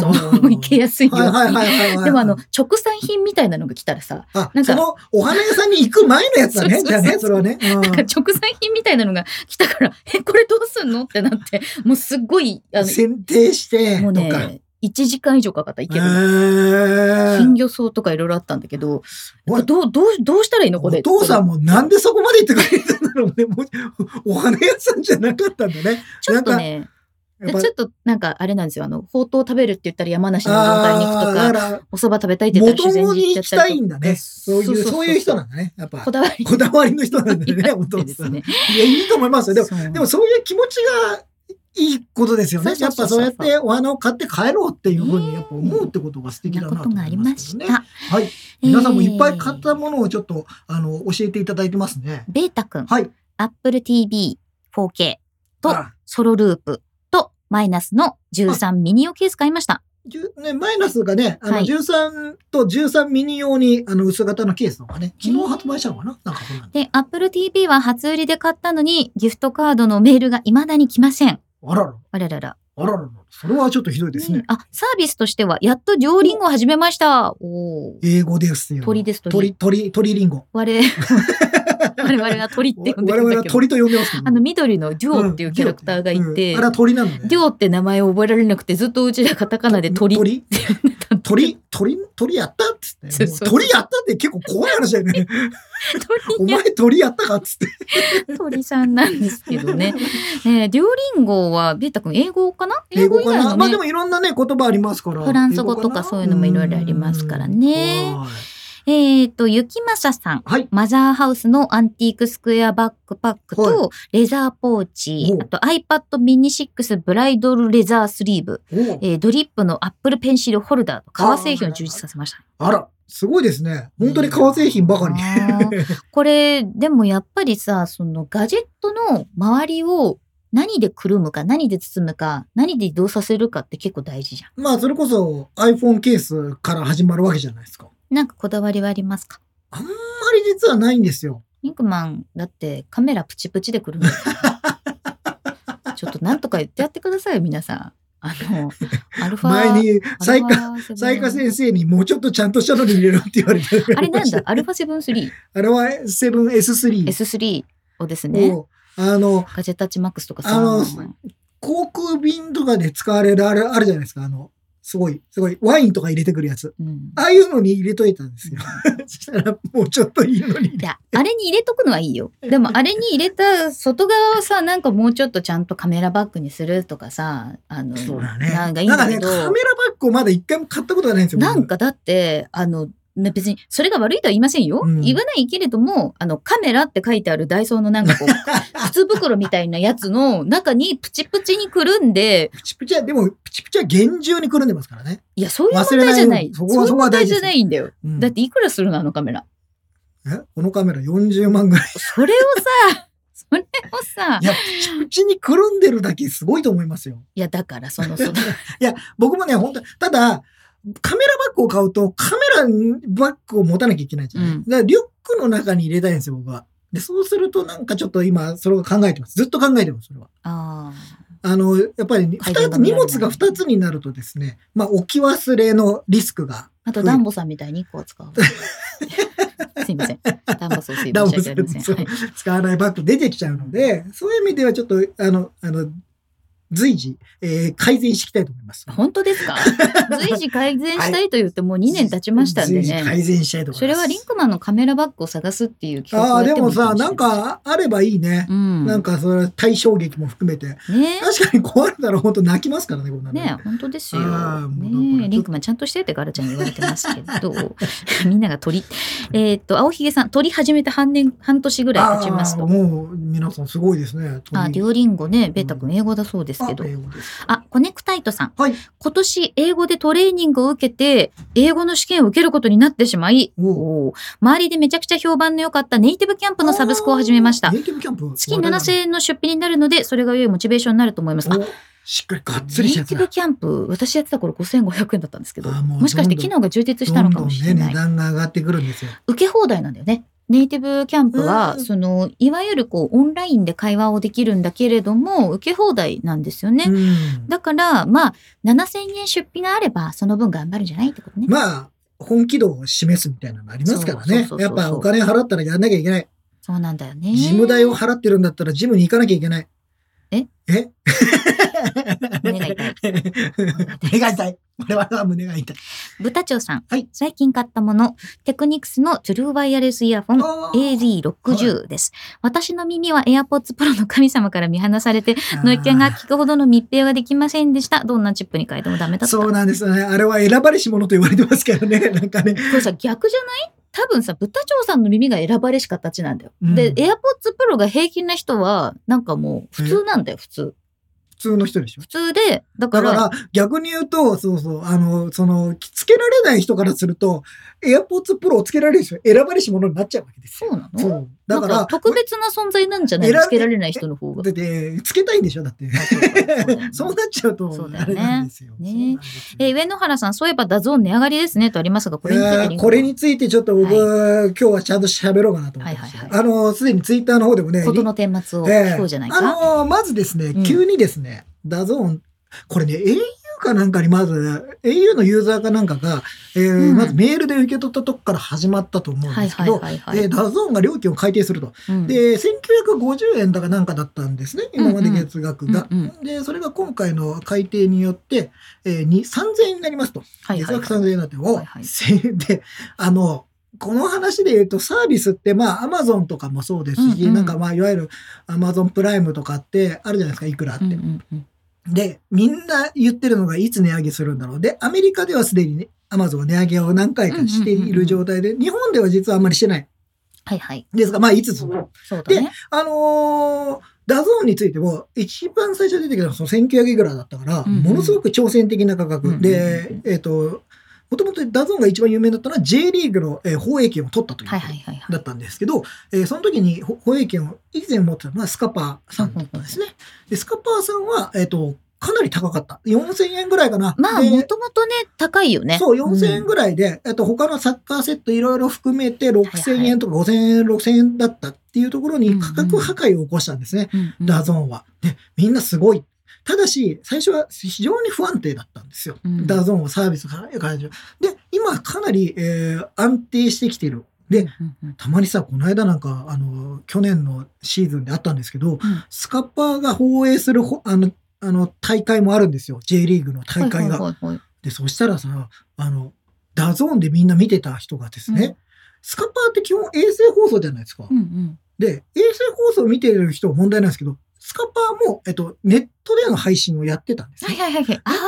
そ、そう行けやすいよう はいはいに。はいはいはい。でもあの、、直産品みたいなのが来たらさ、あ、なんかそのお花屋さんに行く前のやつだそうね。そうじそゃうあね、それはね。うんなんか直産品みたいなのが来たから、え、これどうすんのってなって、もうすっごい、あの、選定してもうとか。ね、1時間以上かかった、行えけるの。金魚草とかいろいろあったんだけど、これどう、どう、どうしたらいいのこおれ。父さんも。もなんでそこまで行ってくれたんだろうね。もうお花屋さんじゃなかったんだね。ちょっとね、えやっでぱちょっとなんかあれなんですよ。あの、ほうとう食べるって言ったら山梨の農家に行ああ、くとだかか、ら、お蕎麦食べたいって言っ元たら自然々にに行行っきちゃったたりいとんかだね。そういう、そういう人なんだ。だね。やっぱこ、だわりこだわりの人なんだ よね、お父ですさん。いね。や、いいと思いますよ。でも、そうでもそういう気持ちがいいことですよね。そやうっそうぱそうそうそうやってお花を買って帰ろうっていうふうにやっぱ思うってことが素そん敵だなこなとと思があいりまますしけどね。た。はい。皆さんもいっぱい買ったものをちょっと、あの、教えていただいてますね。ベータ君、はい。 Apple TV 4K とあソロループとマイナスの13ミニオケース買いました。じゅね、マイナスがね、あの、はい13と13ミニ用に、あの、薄型のケースのがね、昨えー日発売したのかななんかそうなんだ。で、Apple TV は初売りで買ったのにギフトカードのメールが未だに来ません。あらら、あららら。あららら、それはちょっとひどいですね。あ、サービスとしてはやっと両リンゴを始めました。おお。英語ですよ。鳥です鳥、鳥。鳥、鳥リンゴ。我 々我々は鳥って呼んで我るん々だはけど。鳥と呼んでますけど。あの緑のデュオっていうキャラクターがいうんてあ、れは鳥なのね。デュオって名前を覚えられなくてずっとうちらカタカナで鳥って鳥呼んでたんだけど鳥、鳥、鳥やったっつって。そうもうそう鳥やったって結構怖い話だよね。お鳥や前鳥やったかっつって。鳥さんなんですけどね。えー、デュオリンゴは、ベータ君、英語かな英語以か外な。のまあねで、もいろんなね、言葉ありますから。フランス語英なとかそういうのもいろいろありますからねうんはいえっ、と、ゆきまささん。はい。マザーハウスのアンティークスクエアバックパックはと、レザーポーチお、うあと iPad mini 6ブライドルレザースリーブ、おうえードリップのアップルペンシルホルダーと革製品を充実させました。あら、すごいですね。本当に革製品ばかり。あーこれ、でもやっぱりさ、そのガジェットの周りを何でくるむか、何で包むか、何で移動させるかって結構大事じゃ まあ、それこそ iPhone ケースから始まるわけじゃないですか。ん。なんかこだわりはありますかあんまり実はないんですよ。リンクマン、だってカメラプチプチで くるむから。ちょっとなんとか言ってやってくださいよ、皆さん。あ の、アルファ。前に、サ雑イ貨、雑貨先生にもうちょっとちゃんとしたのに入れろって言われたあ れなんだ、アルファあれは 7S3。 7-3、S3 をですね、をあの、ガジェタッチマックスとかあさの、航空便とかで使われるあれ、あるじゃないですか。あの、すごい、すごい、ワインとか入れてくるやつ。うんああいうのに入れといたんです よ。そしたら、もうちょっといいのに入いれ。や、あれに入れとくのはいいよ。でも、あれに入れた外側をさ、なんかもうちょっとちゃんとカメラバッグにするとかさ、あの、そうだね。なんかいいんだけなんど、かね、カメラバッグをまだ一回も買ったことがないんですよ。僕なんかだって、あの、ね別に、それが悪いとは言いませんよ。うん言わないけれども、あの、カメラって書いてあるダイソーのなん かこう、靴袋みたいなやつの中にプチプチにくるんで、プチプチは、でも、プチプチは厳重にくるんでますからね。いや、そういう問忘れ題ないよじゃうにない。そこはそういう問題じゃないんだよ。うんだって、いくらするのあのカメラ。えこのカメラ40万ぐらい。それをさ、それをさい、や、プチプチにくるんでるだけすごいと思いますよ。いや、だから、その、その、僕もね、本当ただ、カメラバッグを買うと、カメラバッグを持たなきゃいけないじゃない、うだんからリュックの中に入れたいんですよ、僕は。で、そうするとなんかちょっと今、それを考えてます。ずっと考えてます、それは。ああ。あの、やっぱり二階段がつ、見荷られな物いが2つになるとですね、まあ、置き忘れのリスクが。あと、ダンボさんみたいに1個は使う。 すいません。ダンボ総帥、ダ申ンしボさ訳あんりません。はい使わないバッグ出てきちゃうので、そういう意味ではちょっと、あの、あの、随時、えー改善していきたいと思います。本当ですか随時改善したいと言ってもう2年経ちましたんで随時ね。改善したいと思そいれます。はリンクマンのカメラバッグを探すっていう企画あをあ、やでってももいいかさ、もしれないん、かあればいいね。うん、なんかそれ対衝撃も含めて。ね確かに壊れたら本当泣きますからね、こんなの。ね本当ですよ。あーもうなんかねリンクマンちゃんとしてってガラちゃんに言われてますけど、 みんなが鳥、えーっと、青ひげさん、鳥始めて半年、半年ぐらい経ちますあとー。もう皆さんすごいですね。あ、デュオリンゴね、ベータ君英語だそうですけどあ。英語ですあ、コネクタイトさん。はい今年、英語でトレーニングを受けて、英語の試験を受けることになってしまい、おうおう周りでめちゃくちゃ評判の良かったネイティブキャンプのサブスクを始めました。ネイティブキャンプ。月7000円の出費になるので、それが良いモチベーションになると思います。あおしっかりがっつネりイしたテやつィブだ。キャンプ、私やってた頃5500円だったんですけど、あーもうもしかしてどん機どん能が充実したどのんかどんもしれね、ない。値段が上がってくるんですよ。受け放題なんだよね。ネイティブキャンプは、うんその、いわゆるこう、オンラインで会話をできるんだけれども、受け放題なんですよね。うんだから、まあ、7000円出費があれば、その分頑張るんじゃないってことね。まあ、本気度を示すみたいなのありますからねそうそうそう。そうやっぱお金払ったらやんなきゃいけない。そうなんだよね。ジム代を払ってるんだったらジムに行かなきゃいけない。ええ胸が痛い。目が痛い。これは胸が痛い。豚長さん、はい最近買ったもの、テクニクスのトゥルーワイヤレスイヤホンあー AD60 です。私の耳は AirPods Pro の神様から見放されて、ノイキャンが聞くほどの密閉はできませんでした。どんなチップに変えてもダメだった。そうなんですよね。あれは選ばれし者と言われてますからね。なんかね。これさ、逆じゃない多分さ、豚長さんの耳が選ばれしかったちなんだよ。うんで、AirPods Pro が平均な人は、なんかもう普通なんだよ、普通。普通の人でしょ。普通で、だかだら、から逆に言うと、そうそう、あの、その、つけられない人からすると、AirPods Pro をつけられる人、選ばれし者になっちゃうわけですそよ。うなのそう。だかならん、特別な存在なんじゃない選のべつけられない人の方が。だって、つけたいんでしょだって。あそうかそうだよね そうなっちゃうそとう、だよあれねなんですよ。ねそうなんですよえー上野原さん、そういえばダゾーン値上がりですねとありますが、これについていリやンークこれについてちょっと僕、今日はちゃんと喋ろうかなと思ってまはいす、はいはあの、すでにツイッターの方でもね、ことの顛末をええ聞こうじゃないか。あのーまずですねうん、急にですね、ダゾーン、これね、au かなんかにまず、au のユーザーかなんかが、えーうんまずメールで受け取ったとこから始まったと思うんはでいすけはいど、はいはい。でダゾーンが料金を改定すると。うんで、1950円だかなんかだったんですね、今まで月額が。うんで、それが今回の改定によって、えーに3000円になりますと。はい月はい額はい3000円になって、おはいはい1000円で、あの、この話で言うとサービスってまあアマゾンとかもそうですし、うんうんなんかまあいわゆるアマゾンプライムとかってあるじゃないですか、いくらあって。うんうんうんで、みんな言ってるのがいつ値上げするんだろう。で、アメリカではすでにね、アマゾンは値上げを何回かしている状態で、日本では実はあんまりしてない。はいはい。ですが、まあいつそのそうだね。あのーダゾーンについても、一番最初に出てきたのはその1900いくらだったから、うんうんものすごく挑戦的な価うんうんう格んで、えっ、と、もともとダゾーンが一番有名だったのは J リーグの、えー放映権を取ったというこはいとはいはいはい。だったんですけど、えーその時にほ放映権を以前持ってたのはスカパーさんだったんですね。で、スカパーさんは、えっ、と、かなり高かった。4000円ぐらいかな。まあ、でもともとね、高いよね。そう、4000円らい。ぐらいで、えっと、他のサッカーセットいろいろ含めて6000円とか5000円、6000円だったっていうところうんうにん価格破壊を起こしたんですね、うんうんダゾーンは。で、みんなすごい。ただし、最初は非常に不安定だったんですよ。うんダゾーンはサービスからからで、今かなり、えー安定してきてる。で、うんうんたまにさ、この間なんか、あの、去年のシーズンであったんですけど、スカッパーが放映するほ、あの、あの、大会もあるんですよ。J リーグの大会が。はいはいはいはいで、そしたらさ、あの、ダゾーンでみんな見てた人がですね、うんスカパーって基本衛星放送じゃないですか。うんうんで、衛星放送を見てる人は問題なんですけど、スカパーも、えっと、ネットでの配信をやってたんですはいね。はいはいはい。ああ、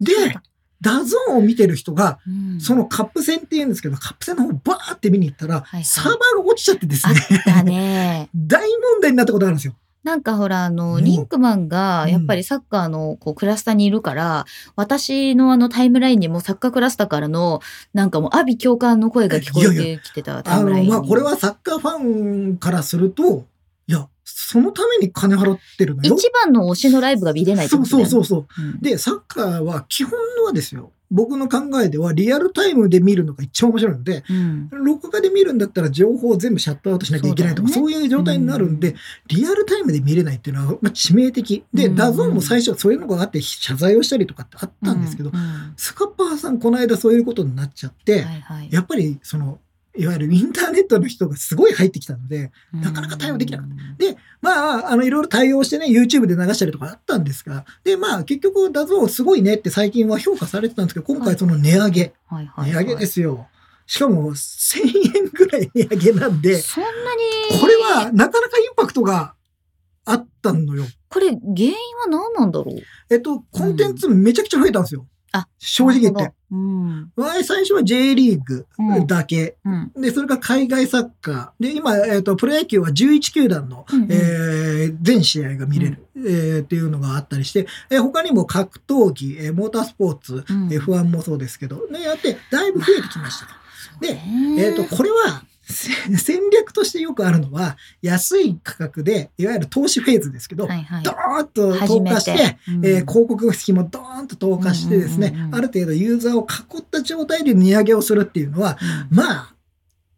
でそうだダゾーンを見てる人が、うんそのカップ戦って言うんですけど、カップ戦の方バーって見に行ったら、はいはいサーバーが落ちちゃってですあっね、たね。大問題になったことがあるんですよ。なんかほら、あの、ねリンクマンが、うんやっぱりサッカーの、こう、クラスターにいるから、私のあの、タイムラインにもサッカークラスターからの、なんかもう、阿ビ教官の声が聞こえいやてきてたタあイムライの、ンに。まあ、これはサッカーファンからすると、いや、そのために金払ってるのよ。一番の推しのライブが見れないってそこうとだよそうねそうそう。うんで、サッカーは基本のはですよ、僕の考えではリアルタイムで見るのが一番面白いので、うん録画で見るんだったら情報を全部シャットアウトしなきゃいけないとか、そそうう,、いう状態になるんで、うんリアルタイムで見れないっていうのは、まあ致命的。で、うんダゾーンも最初そういうのがあって謝罪をしたりとかってあったんですけど、ううんスカッパーさんこの間そういうことになっちゃって、はいはいやっぱりその、いわゆるインターネットの人がすごい入ってきたので、なかなか対応できなかった。まあ、あの、いろいろ対応してね、YouTube で流したりとかあったんですが、で、まあ、結局、ダゾーンすごいねって最近は評価されてたんですけど、今はい回その値上げ、はいはい値はい上げですよ。しかも、1000円ぐらい値上げなんで、そんなに。これは、なかなかインパクトがあったのよ。これ、原因は何なんだろうえっと、コンテンツめちゃくちゃ増えたんですよ。あ正直言っなるて。ほどうん。わい最初は J リーグだけ。うん。で、それから海外サッカー。で、今、えっと、プロ野球は11球団のうんうんえー全試合が見れる、えーっていうのがあったりして、えー他にも格闘技、えーモータースポーツ、うんえー F1 もそうですけど、ね、やって、だいぶ増えてきましたと。で、えっ、ねと、これ は、せ戦略としてよくあるのは、安い価格で、いわゆる投資フェーズですけど、はいはいドーンと投下して、うんえー広告費もドーンと投下してですね、うんうんうんうんある程度ユーザーを囲った状態で値上げをするっていうのは、うんまあ、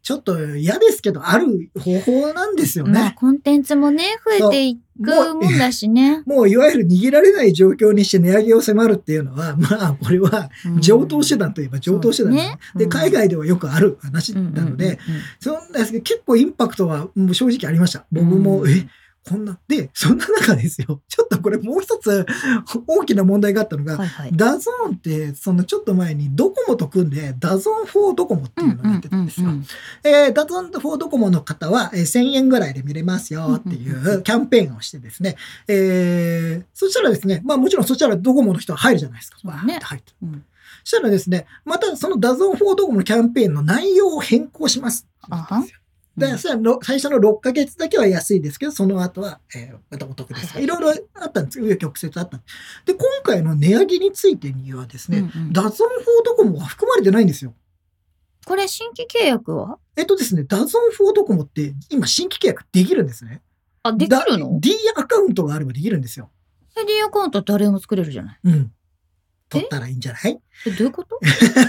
ちょっと嫌ですけど、ある方法なんですよね。まあ、コンテンツもね、増えていくもんだしね。もういわゆる逃げられない状況にして値上げを迫るっていうのは、まあ、これはうん上等手段といえば上等手段ですねそうねで、うん海外ではよくある話なので、、そんなですけど、結構インパクトはもう正直ありました。僕も、うんえ、こんな。で、そんな中ですよ。ちょっとこれもう一つ大きな問題があったのが、はいはい。ダゾーンって、そのちょっと前にドコモと組んで、ダゾーン4ドコモっていうのをやってたんですよ。えーダゾーン4ドコモの方は、えー1000円ぐらいで見れますよっていうんうんうんううキャンペーンをしてですね、えーそしたらですね、まあもちろんそしたらドコモの人は入るじゃないですか。そうだわねーって入って。うんそしたらですね、またそのダゾーン4ドコモのキャンペーンの内容を変更します。あはんだからそれはろ最初の6ヶ月だけは安いですけど、その後は、えーまたお得です。はいいろいろあったんですよ。紆余曲折あったんです。で、今回の値上げについてにはですね、うんうんダゾン4ドコモは含まれてないんですよ。これ新規契約はえっとですね、ダゾン4ドコモって今新規契約できるんですね。あ、できるのだ ?D アカウントがあればできるんですよ。え ?D アカウント誰でも作れるじゃない。うん。取ったらいいんじゃないえ、どういうこと、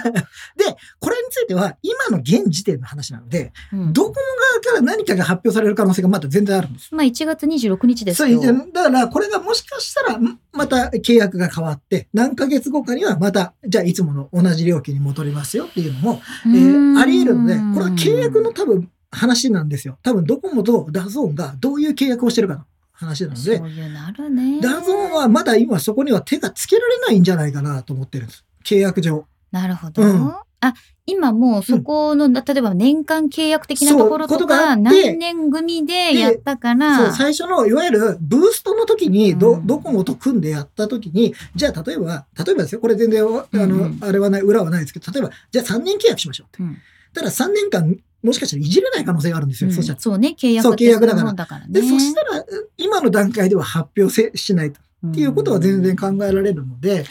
これについては今の現時点の話なので、うん、ドコモ側から何かが発表される可能性がまだ全然あるんです。まあ1月26日ですそうけど。だから、これがもしかしたら、んまた契約が変わって、何ヶ月後かにはまた、じゃあいつもの同じ料金に戻りますよっていうのも、えーあり得るので、これは契約の多分話なんですよ。多分ドコモとダゾーンがどういう契約をしてるかの話なのそで、ういうのあるね。ダゾーンはまだ今そこには手がつけられないんじゃないかなと思ってるんです。契約上。なるほど。うんあ、今もうそこの、例えば年間契約的なそうところとことがあか、って何年組でやったから、そう、最初の、いわゆる、ブーストの時にど、うんドコモと組んでやった時に、じゃあ、例えば、例えばですよ、これ全然、あの、うんうんあれはない、裏はないですけど、例えば、じゃあ3年契約しましょうって。うんただ3年間、もしかしたらいじれない可能性があるんですうよ、んそしたら。そうね、契約そう契約だからそういうもんだからね。で、そしたら、今の段階では発表せしないと。っていうことは全然考えられるので、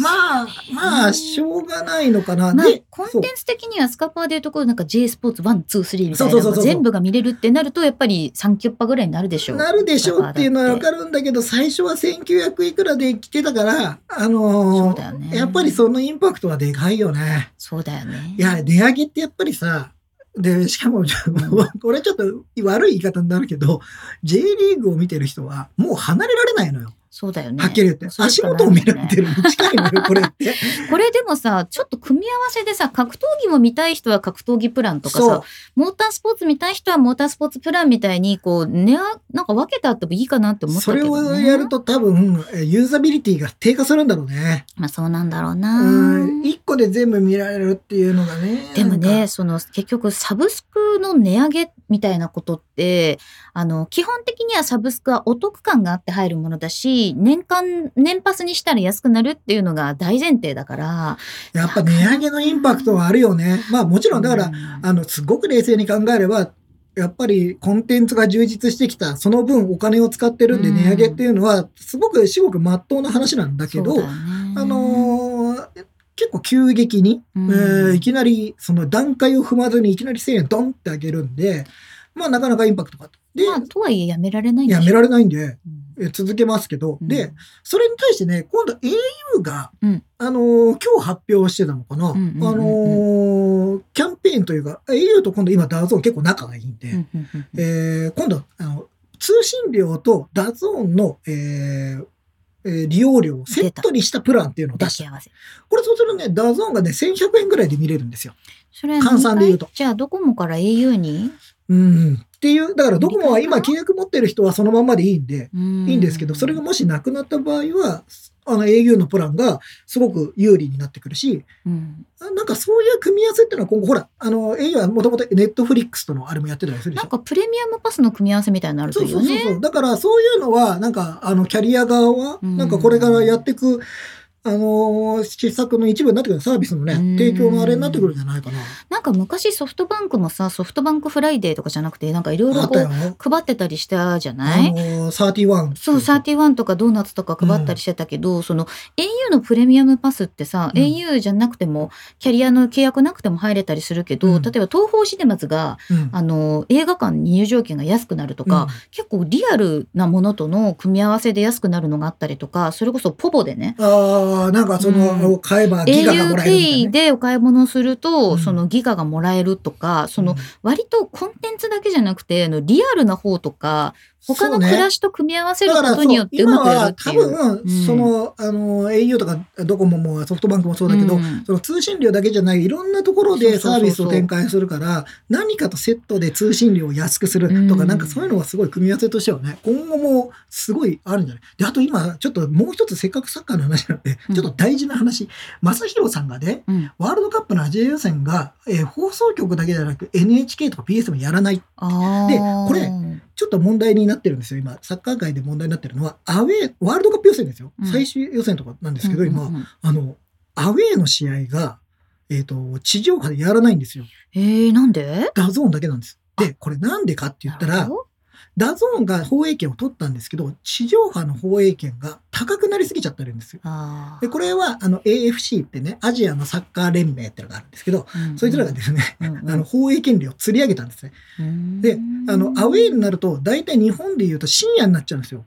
まあ、まあ、しょうがないのかな。まあで、、コンそうテンツ的にはスカパーでいうところなんか J スポーツ1、2、3みたいなそうそうそうそう全部が見れるってなるとやっぱり3キュッパぐらいになるでしょう。なるでしょうっていうのはわかるんだけど、最初は1900いくらで来てたから、あそうのーだよね。やっぱりそのインパクトはでかいよね。そうだよね。いや、値上げってやっぱりさ、で、しかも、 これちょっと悪い言い方になるけど、J リーグを見てる人はもう離れられないのよ。そうだよね。はっきり言って。そう足しかない元を見られてるに近いのよ、これって。これでもさ、ちょっと組み合わせでさ、格闘技も見たい人は格闘技プラ ンとかそうさ、。モータースポーツ見たい人はモータースポーツプランみたいに、こう、ね、なんか分けてあってもいいかなって思ったそけれど、ね。をやる。と多分、えユーザビリティが低下するんだろうね。まあそうなんだろううな。ん。一個で全部見られるっていうのがね。でもなんね、か、その結局サブスクの値上げみたいなことって、あの、基本的にはサブスクはお得感があって入るものだし、年間、年パスにしたら安くなるっていうのが大前提だから。やっぱ値上げのインパクトはあるよね。まあもちろん、だからう、んあの、すごく冷静に考えれば、やっぱりコンテンツが充実してきた、その分お金を使ってるんでうん値上げっていうのは、すごく、至極真っ当な話なんだけど、そうだよねあのー結構急激に、うんえーいきなり、その段階を踏まずにいきなり1000円ドンってあげるんで、まあなかなかインパクトがあった。で、まあ、とはいえやめられないんでしょやめられないんで、うんえ続けますけど、うでん、それに対してね、今度 au が、うんあのー今日発表してたのかな、うんうんうんうんあのーキャンペーンというか、au と今度今ダゾーン結構仲がいいんで、うんうんうんえー今度あの、通信料とダゾーンの、えーえー利用料をセットにしたプランっていうのを出抱しきた。合わせ。これそうするとね、ダゾーンがね、1100円ぐらいで見れるんですよ。それは換算で言うと何回じゃあ、ドコモから au にうん。っていう、だからドコモは今契約持ってる人はそのまんまでいいんで、いいいんですけど、それがもしなくなった場合は、あの au のプランがすごく有利になってくるし、うんあなんかそういう組み合わせっていうのは今後、ほら、あの、au はもともとネットフリックスとのあれもやってたりするでなしんょ。かプレミアムパスの組み合わせみたいになのあるそとういいそようそうね。そう。だからそういうのは、なんか、あの、キャリア側は、うんなんかこれからやっていく、あの、施策の一部になってくるサービスのね、うん提供のあれになってくるんじゃないかな。なんか昔ソフトバンクもさ、ソフトバンクフライデーとかじゃなくて、なんかいろいあろっこたよう。配ってたりしたじゃなあいの、31。そう、31とかドーナツとか配ったりしてたけど、その au のプレミアムパスってさ、うん au じゃなくても、キャリアの契約なくても入れたりするけど、うん例えば東宝シネマズが、うんあの、映画館に入場券が安くなるとか、結構リアルなものとの組み合わせで安くなるのがあったりとか、それこそポボでね、うんああ、なんかその、うん買えばギガがも au らえるみたい p なね。でお買い物をすると、うんそのギガがもらえるとか、そのうん割とコンテンツだけじゃなくて、あのリアルな方とか、他のそうね暮らしと組み合わせるこだからそとうによってうまくやるっていう。今は多分、うんその、あの、au とかドコモもソフトバンクもそうだけど、うんその通信料だけじゃない、いろんなところでそうそうそうサービスを展開するから、何かとセットで通信料を安くするとか、うんなんかそういうのはすごい組み合わせとしてはね、今後もすごいあるんじゃないで、あと今、ちょっともう一つせっかくサッカーの話なんでう、んちょっと大事な話。正宏さんがね、うんワールドカップのアジア予選が、えー放送局だけじゃなく NHK とか BS もやらない。あーでこれちょっと問題になってるんですよ、今。サッカー界で問題になってるのは、アウェー、ワールドカップ予選ですよ。うん最終予選とかなんですけど、今うん、うんうんあの、アウェーの試合が、えっ、と、地上波でやらないんですよ。えー、なんでダゾーンだけなんです。で、これなんでかって言ったなるらほ、どダゾーンが放映権を取ったんですけど、地上波の放映権が高くなりすぎちゃってるんですよ。あーで、これは、あの、AFC ってね、アジアのサッカー連盟ってのがあるんですけど、そいつらがですね、うんうんあの、放映権料を釣り上げたんですね。うんで、あの、アウェーになると、大体日本で言うと深夜になっちゃうんですよ。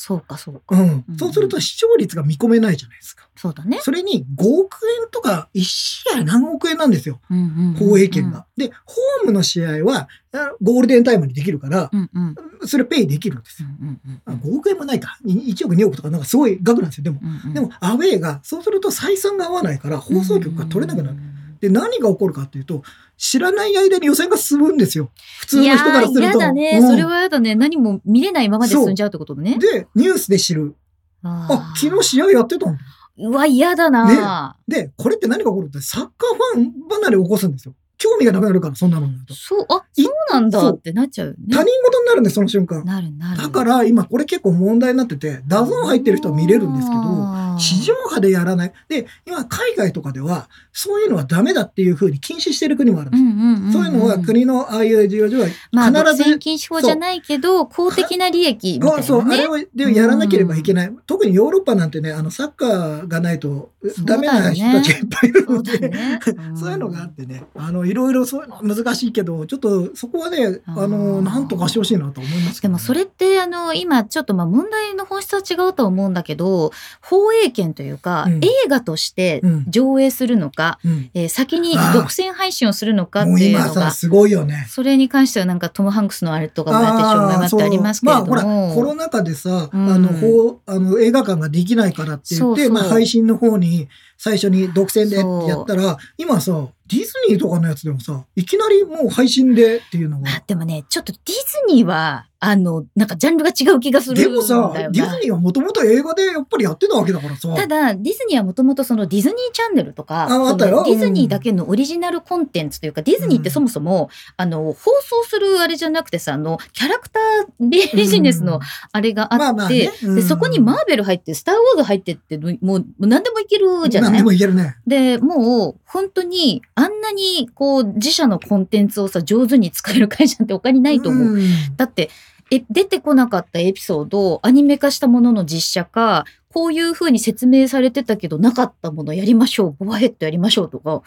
そうかそうか。うんう。んそうすると視聴率が見込めないじゃないですか。そうだね。それに5億円とか1試合何億円なんですよ。うんうんうん放映権が。で、ホームの試合はあゴールデンタイムにできるから、うんうんそれペイできるんですうよ。んうんうあん5億円もないか。い1億2億とかなんかすごい額なんですよ。でも、うんうんでもアウェーが、そうすると採算が合わないから放送局が取れなくなる。。で、何が起こるかっていうと、知らない間に予選が進むんですよ。普通いのや人からすー、ると。嫌だね。うんそれは嫌だね。何も見れないままで進んじゃうってことね。で、ニュースで知る。ああ、ー昨日試合やってたんだ。うわ、嫌だな、で、これって何が起こるって、サッカーファン離れを起こすんですよ。興味がなくなるから、そんなのになると。そう、あ、いそうなんだそうってなっちゃうよ他ね。人事になるんで、その瞬間。なるなる。だから今これ結構問題になってて、ダゾーン入ってる人は見れるんですけど、あー地上波でやらない。で、今海外とかでは、そういうのはダメだっていうふうに禁止してる国もあるんうでんす。うんうんうんそういうのは国のああいう事業上は必ず、まあ、独占禁止法じゃないけど、公的な利益みたいな、ね。そう、あれをでやらなければいけない。特にヨーロッパなんてね、あのサッカーがないとそうだダよねメな人たちがいっぱいいるそのうだで、ね。そういうのがあってね、あの、いろいろそういうの難しいけど、ちょっとそこはね、あの、あーなんとかしてほしいなと思いますけどね、でもそれってあの今ちょっとまあ問題の本質は違うとは思うんだけど放映権というか、うん映画としてうん上映するのか、うん、えー先にあー独占配信をするのかってもういう今のさ、がすごいよね。それに関してはなんかトム・ハンクスのあれとかもやってしまいあまーってそうありますけれども、まあほらコロナ禍でさ、うんあのほうあの映画館ができないからって言ってそうそうまあ、配信の方に最初に独占でってやったら今さディズニーとかのやつでもさいきなりもう配信でっていうのがあでもねちょっとディズニーはあのなんかジャンルが違う気がするんだでよなもさディズニーはもともと映画でやっぱりやってたわけだからさただディズニーはもともとそのディズニーチャンネルとかあそあのったよディズニーだけのオリジナルコンテンツというか、ディズニーってそもそもあの放送するあれじゃなくてさあのキャラクタービジネスのあれがあって、まあまあねうんでそこにマーベル入って「スター・ウォーズ」入ってってもう何でもいけるじゃない何でもいけるねで、もう、本当に、あんなに、こう、自社のコンテンツをさ、上手に使える会社って他にないと思う。んだって、え、出てこなかったエピソードをアニメ化したものの実写化、こういう風に説明されてたけど、なかったものやりましょう、ボバヘッドやりましょうとか、も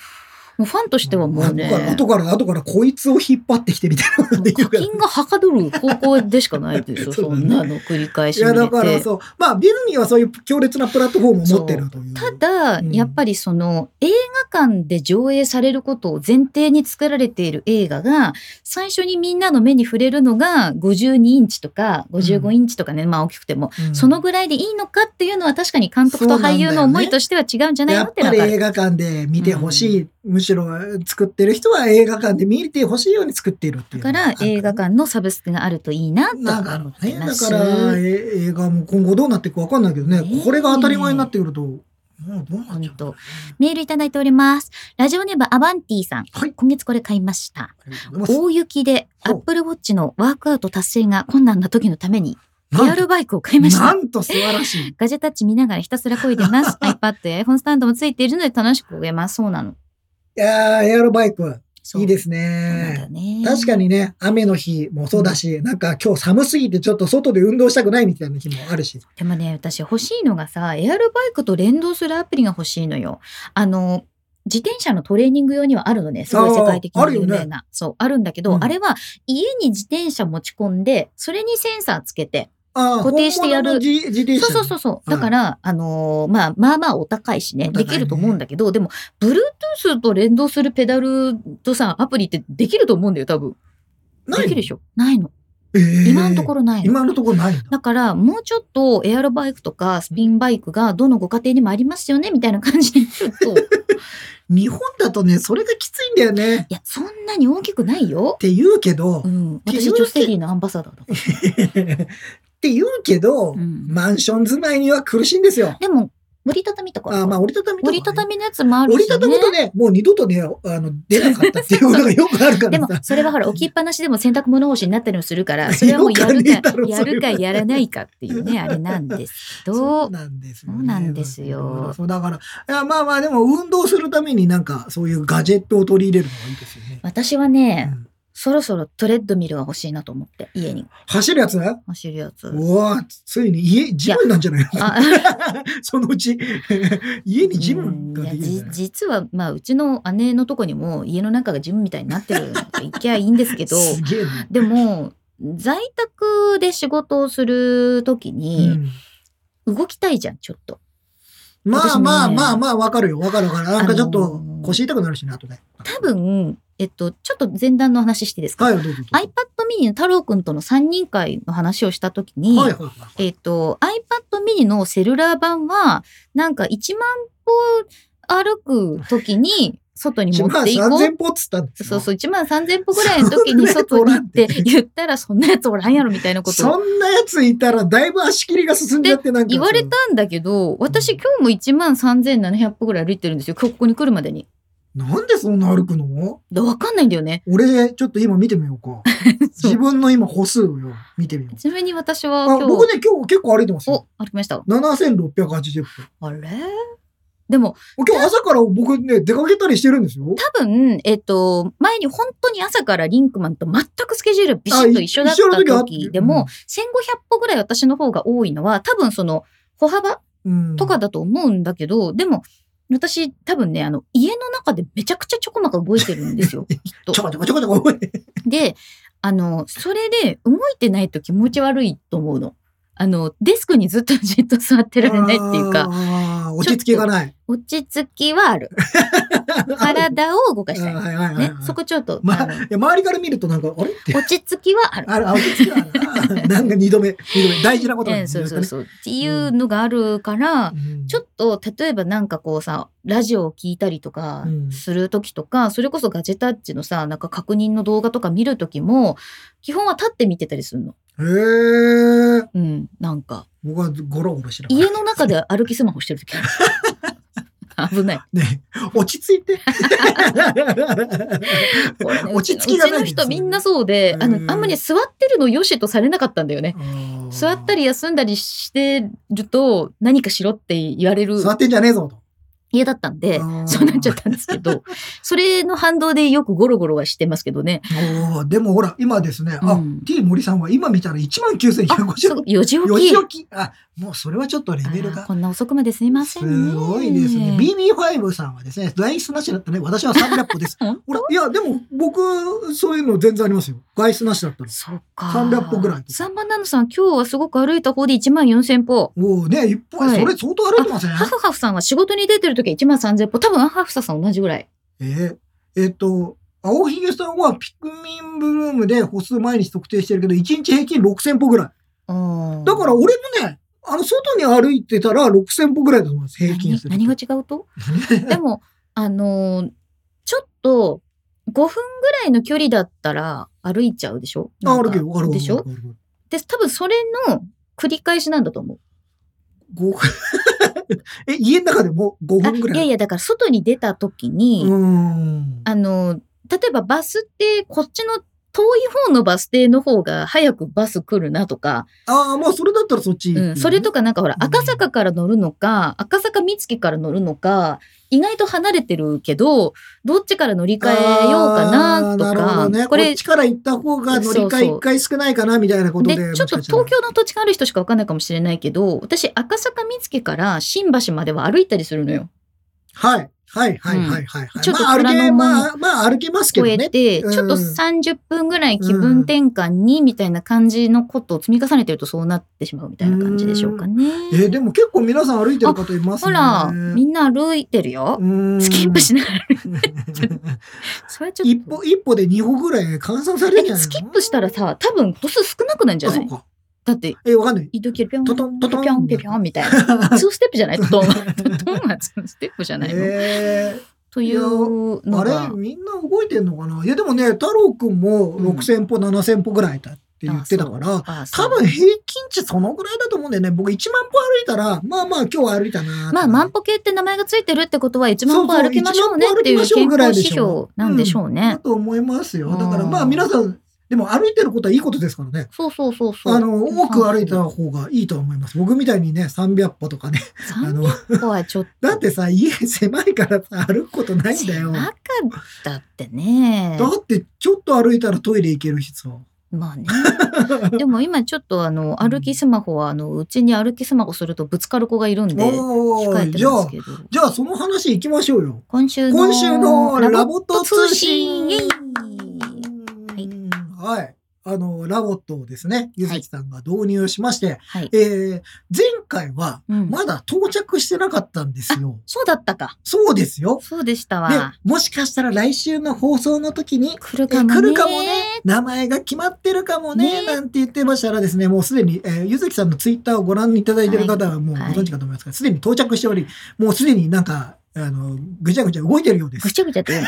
うファンとしてはもうね、後から後から後からこいつを引っ張ってきてみたいなこともでう言う課から金がはかどる方向でしかないでしょ、そうそだねんなの繰り返いし見やれて。だからそうまあディズニーはそういう強烈なプラットフォームを持ってるというただ、うんやっぱりその映画館で上映されることを前提に作られている映画が最初にみんなの目に触れるのが52インチとか55インチとかね、まあ大きくても、うんそのぐらいでいいのかっていうのは確かに監督と俳優の思いとしては違うんじゃないやのっってのぱはりわかる映画館で見てほしい、むしろ作ってる人は映画館で見てほしいように作っているっていだうから映画館館のサブスクがあるといいなとだから思っねてまだす。からえ映画も今後どうなっていくかわかんないけどねねえこれが当たり前になってくるともうどうなっちゃう本の当メールいただいております。ラジオネームアバンティさん。はい今月これ買いました。ありがとうございます大雪でほう Apple Watch のワークアウト達成が困難な時のためになんリアルバイクを買いましなた。んと素晴らしいガジェタッチ見ながらひたすら漕いでます iPad や iPhone スタンドもついているので楽しく漕げます。そうなの。いやーエアロバイクいいですすねね。ね確かにね雨の日もそうだし、なんか今日寒すぎてちょっと外で運動したくないみたいな日もあるしでもね私欲しいのがさエアロバイクと連動するアプリが欲しいのよ。あの自転車のトレーニング用にはあるのね。すごい世界的あーあにるよ有ね名な。そう、あるんだけど、うんあれは家に自転車持ち込んで、それにセンサーつけて、あー固定してやる本物の自自転車そうそうそうそう。はだいから、あのーまあ、まあまあお高いしね、お高いでねきると思うんだけど、でも、Bluetooth と連動するペダルとさ、アプリってできると思うんだよ、多分。ないできるでしょないの。今のところ。ろないの。今のところないんだ。だから、もうちょっとエアロバイクとかスピンバイクがどのご家庭にもありますよね、みたいな感じで言う と、い日本だとね、それがきついんだよね。や、そんなに大きくないよっ。て言うけどう、ん。私、 っていう女性リーのアンバサダーだから。って言うけど、うんマンション住まいには苦しいんですよ。でも、折りたたみとか。あまあ、折りたたみとかね、折りたたみのやつもあるし、ね。折りたたむとね、もう二度とね、あの、出なかったっていうことがよくあるかでらもさ。、それはほ ら、置きっぱなしでも洗濯物干しになったりもするから、 それはもうやよくねえるだかろ、やるかそれはやらないかって いうね、あれなんですけそうど、なんですよ、そうなんですよそうだから、いやまあまあ、でも運動するためになんか、そういうガジェットを取り入れるのがいいですよね。私はうね、んそろそろトレッドミルが欲しいなと思って、家に走るやつ走るやつ。おおついに家、ジムなんじゃないのあそのうち、家にジムうんがいやできるんじゃじない実は、まあ、うちの姉のとこにも家の中がジムみたいになってるのと行きゃいいんですけど、 すげえな。でも、在宅で仕事をするときうに、ん動きたいじゃん、ちょっと。ま私あもねまあまあまあ、わかるよ、わかるわかる。なんかちょっあとのー腰痛くなるしね、後で。多分、えっと、ちょっと前段の話していいですか、はい、どうぞどうぞ。 iPad mini の太郎くんとの3人会の話をしたときに、はいはいはい。えっと、iPad mini のセルラー版は、なんか1万歩歩くときに、外に1持万っていこう3000歩っつったんですよ。そうそう、1万3000歩ぐらいの時そんになやつ外おにら行んっってて言ったら、そんなやつおらんやろみたいなことそをんなやついたら、だいぶ足切りが進んじゃってなんか。言われたんだけど、私今日も1万3700歩ぐらい歩いてるんですよ。今日ここに来るまでに。なんでそんな歩くのだわかんないんだよね。俺、ちょっと今見てみようか。 そう自分の今歩数をよ、見てみよう。ちなみに私はあ今僕日、ね、今日結構歩いてますおよ。、歩きました。 7680歩。あれでも、今日朝から僕ね、出かけたりしてるんですよ。多分、えっ、と、前に本当に朝からリンクマンと全くスケジュールビシッと一緒だあいった一緒の時はあっ時でも、1500歩ぐらい私の方が多いのは、多分その、歩幅うんとかだと思うんだけど、でも、私多分ね、あの、家の中でめちゃくちゃちょこまか動いてるんですよ、きっ とちょ。こちょこちょこちょこ。で、あの、それで動いてないと気持ち悪いと思うの。あの、デスクにずっとじっと座ってられないっていうか、あー。落ち着きがない。落ち着きはあ る。体を動かしたあー い。はいはいはいねは、いそこちょっと、まあのいや周りから見るとなんか、あれって。落ち着きはある。あれ、あ落ち着きがある。あ ーなんか二度目、二度目。大事なことなんえでえすそねうそうそう。っていうのがあるから、うんちょっと、例えばなんかこうさ、ラジオを聞いたりとかうんするときとか、それこそガジェタッチのさ、なんか確認の動画とか見るときも、基本は立って見てたりするの。へえ。うん、なんか。僕はゴロゴロしながら。家の中で歩きスマホしてる ときある。危ない。ね落ち着いて。これ ね落ち着きがないうちの人みんなそうで、あうんの、あんまり座ってるの良しとされなかったんだよね。座ったり。り休んだりしてると、何かしろって言われる座ってんじゃねえぞと。家だったんであ、ーそうなっちゃったんですけ ど、それの反動でよくゴロゴロはしてますけどね。おーでもほら、今ですね、うあん、 T 森さんは今見たらあ、そう19,150。 4時起よきちよき。あ、もうそれはちょっとレベルあーが。こんな遅くまですいませんね。すごいですね。BB5 さんはですね、外出なしだったね。私はサンラップです。 本ほら、いや、でも僕、そういうの全然ありますよ。外出なしだったら。そうか。 300歩ぐらい3番なのさん、今日はすごく歩いた方で1万4000歩。おおね、一歩、はいそれ相当歩いてませんハフハフさんは仕事に出てる時は1万3000歩。多分、ハフサさん同じぐらい。えーえっと、青ひげさんはピクミンブルームで歩数毎日測定してるけど、1日平均6000歩ぐらい。だかだから、俺もね、あの、外に歩いてたら6000歩ぐらいだと思います、平均何すると。何が違 うとでも、あのーちょっと、5分ぐらいの距離だったら歩いちゃうでしょあ、歩けよ、歩けでしょで、多分それの繰り返しなんだと思う。 5分。え、家の中でも5分ぐあいらやい。いや、だから外に出た時に、うーん。あの、例えばバス停、こっちの遠い方のバス停の方が早くバス来るなとか、ああ、まあ、それだったらそっち。うん、それとか。かなんかほら、うん赤坂から乗るのか、赤坂見附から乗るのか、意外と離れてるけど、どっちから乗り換えようかなとあーるか、ほどね、ここれっちから行った方が乗りそう換えそう1回少ないかなみたいなことで。で、ちょっと東京の土地がある人しかわかんないかもしれないけど、私、赤坂見附から新橋までは歩いたりするのよ。はい。はい、はい、はい、はい。んちょっとまあ、歩虎け、ノ門まあ、まあ、歩けますけど超ね。えて、うんちょっと30分ぐらい気分転換にみたいな感じのことを積み重ねてるとそうなってしまうみたいな感じでしょうかね。えーでも結構皆さん歩いてる方いますほね。ら、みんんな歩いてるよ。なスキップしながら。 一それはちょっと。歩、一歩で二歩ぐらい換算されるんじゃないのえスキップしたらさ、多分歩数少なくなるんじゃあ、なそいうか。だって、えー、わかんない。移動系ピョン、トトンピトトョンン、ピョン、ピョンみたいな。2ステップじゃないトトンは。トトンは2ステップじゃないの。えというー、のあがれ、みんな動いてんのかないや、でもね、太郎くんもうん6000歩、7000歩ぐらいだって言ってたから、あそ多う分平均値そのぐらいだと思うんだよね。僕1万歩歩いたら、まあまあ今日は歩いたなーってまあ、万歩計って名前がついてるってことは、1万歩そうそう歩きましょうねってい1万歩歩きうましょ健うぐらい康で指し標ょなんでしょうだね。と思いますよ。だからうんまあ皆さん、でも歩いてることはいいことですからね。そうそうそうそう。あの、多く歩いた方がいいと思います。僕みたいにね、300歩とかね。あ3の、歩はちょっと。だってさ、家狭いからさ、歩くことないんだよ。狭だかったってね。って、ちょっと歩いたらトイレ行けるしさ。まあね。でも今ちょっとあの、歩きスマホは、あの、うちに歩きスマホするとぶつかる子がいるんで、控おえーてじゃますあ、けど。じゃあその話行きましょうよ。今週の、今週のラボット通信イエイはい。あの、ラボットをですね、ゆずきさんが導入しまして、はい。えー前回はうん、まだ到着してなかったんですよ。そうだったか。そうですよ。そうでしたでわ。、もしかしたら来週の放送の時に、来るえかもね。来るかもね、名前が決まってるかもね、ねなんて言ってましたらですね、もうすでに、えー、ゆずきさんのツイッターをご覧いただいてる方はもうごはい存知かと思いますが、すでに到着しており、もうすでになんか、あの、ぐちゃぐちゃ動いてるようでぐす。ちゃぐちゃって言う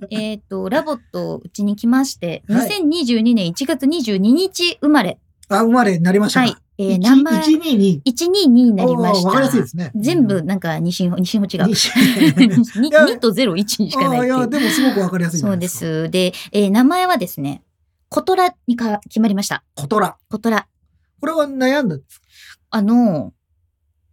の えっと、ラボットうちに来まして、はい2022年1月22日生まれ。あ、生まれになりましたはいか。。えー、一名前、一二に122になりましわかりやすいでた。すね。全部なんか西日本、 西日本違う。 2 2, やと0、1しかないあっあ、ていいや、でもう。すごくわかりやすいじゃそなういでですか。す。で、えー名前はですね、コトラにか決まりました。コトラ。コトラ。これは悩んだ。あの、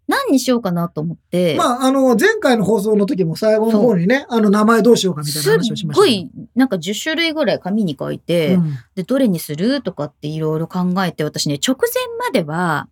何にしようかなと思って、まあ、あの、前回の放送の時も最後の方にね、あの、名前どうしようかみたいなすっ話をしましたごね。い、なんか10種類ぐらい紙に書いて、うんで、どれにするとかっていろいろ考えて、私ね、直前までは、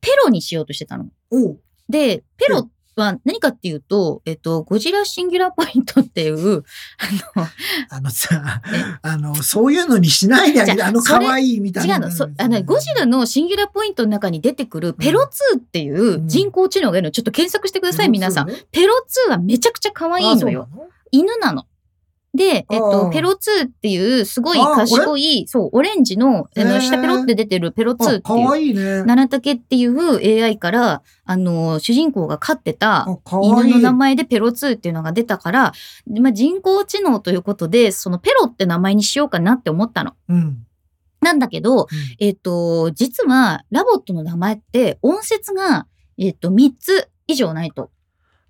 ペロにしようとしてたの。おうで、ペロは何かっていうと、えっと、ゴジラシンギュラーポイントって いう、あの、あのさ、あの、そういうのにしないであげじて、ゃああの、そ可れ愛いみたい違な。うの、そあの、ゴジラのシンギュラーポイントの中に出てくるペロ2っていう人工知能がいるの、ちょっと検索してください、皆さん。ん。ペロ2はめちゃくちゃ可愛いのよ。犬なの。で、えっあとー、ペロ2っていう、すごいあー賢い、そう、オレンジの、あへの、ー下ペロって出てるペロあそうなの2あ、っていう可。愛いね。奈良竹っていう AI から、あの、主人公が飼ってたあ、可犬愛いの名前でペロ2っていうのが出たから、まあ、人工知能ということで、そのペロって名前にしようかなって思ったの。うん。なんだけど、えっ、と、実はラボットの名前って音節が、えっ、と、3つ以上ないと。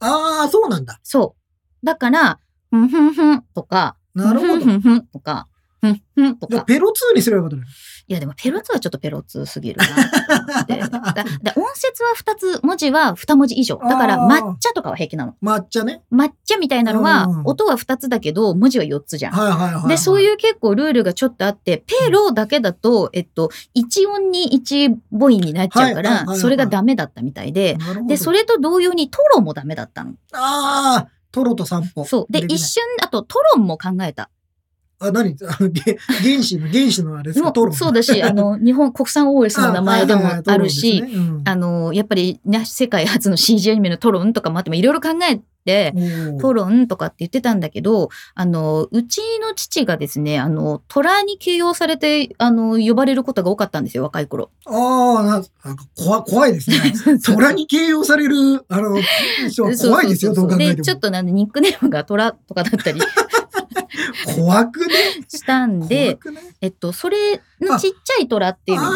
ああ、そうなんだ。そう。だから、ふんふんふんとか、なるほふど。んふんふんとか、ふんふんとじゃあか。ペロ2にすればよかったね。いや、でもペロ2はちょっとペロ2すぎるな と思って。だだ音節は2つ、文字は2文字以上。だから、あー抹茶とかは平気なの。 抹茶ね。抹茶みたいなのはうんう、ん音は2つだけど、文字は4つじゃん。はいはいはい。。で、そういうう結構ルールがちょっとあって、ペロだけだと、えっと、一音に一母音になっちゃうかはいはいはいはら、いそれがダメだったみたいで、なるほどで、それと同様にトロもダメだったの。ああ、トロと散歩。そう。で、きない一瞬、あとトロンも考えた。あ、何 あの、げ原子の、原子のあれですもか、トロうそう だし、あの、日本国産 OS の名前でもあるし、、あの、やっぱり、ね、世界初の CG アニメのトロンとかもあっても、いろいろ考えて、トロロンとかって言ってたんだけど、あの、うちの父がですね、あの、虎に形容されて、あの、呼ばれることが多かったんですよ、若い頃。ああ、ななんか怖怖いです ね。虎に形容される、あの、そうそう怖いですよ、どそうう考そうえで、てちょっも。となんでニックネームが虎 とかだったり怖くねしたん怖で、くねえっと、それのちっちゃい虎っていうの、あ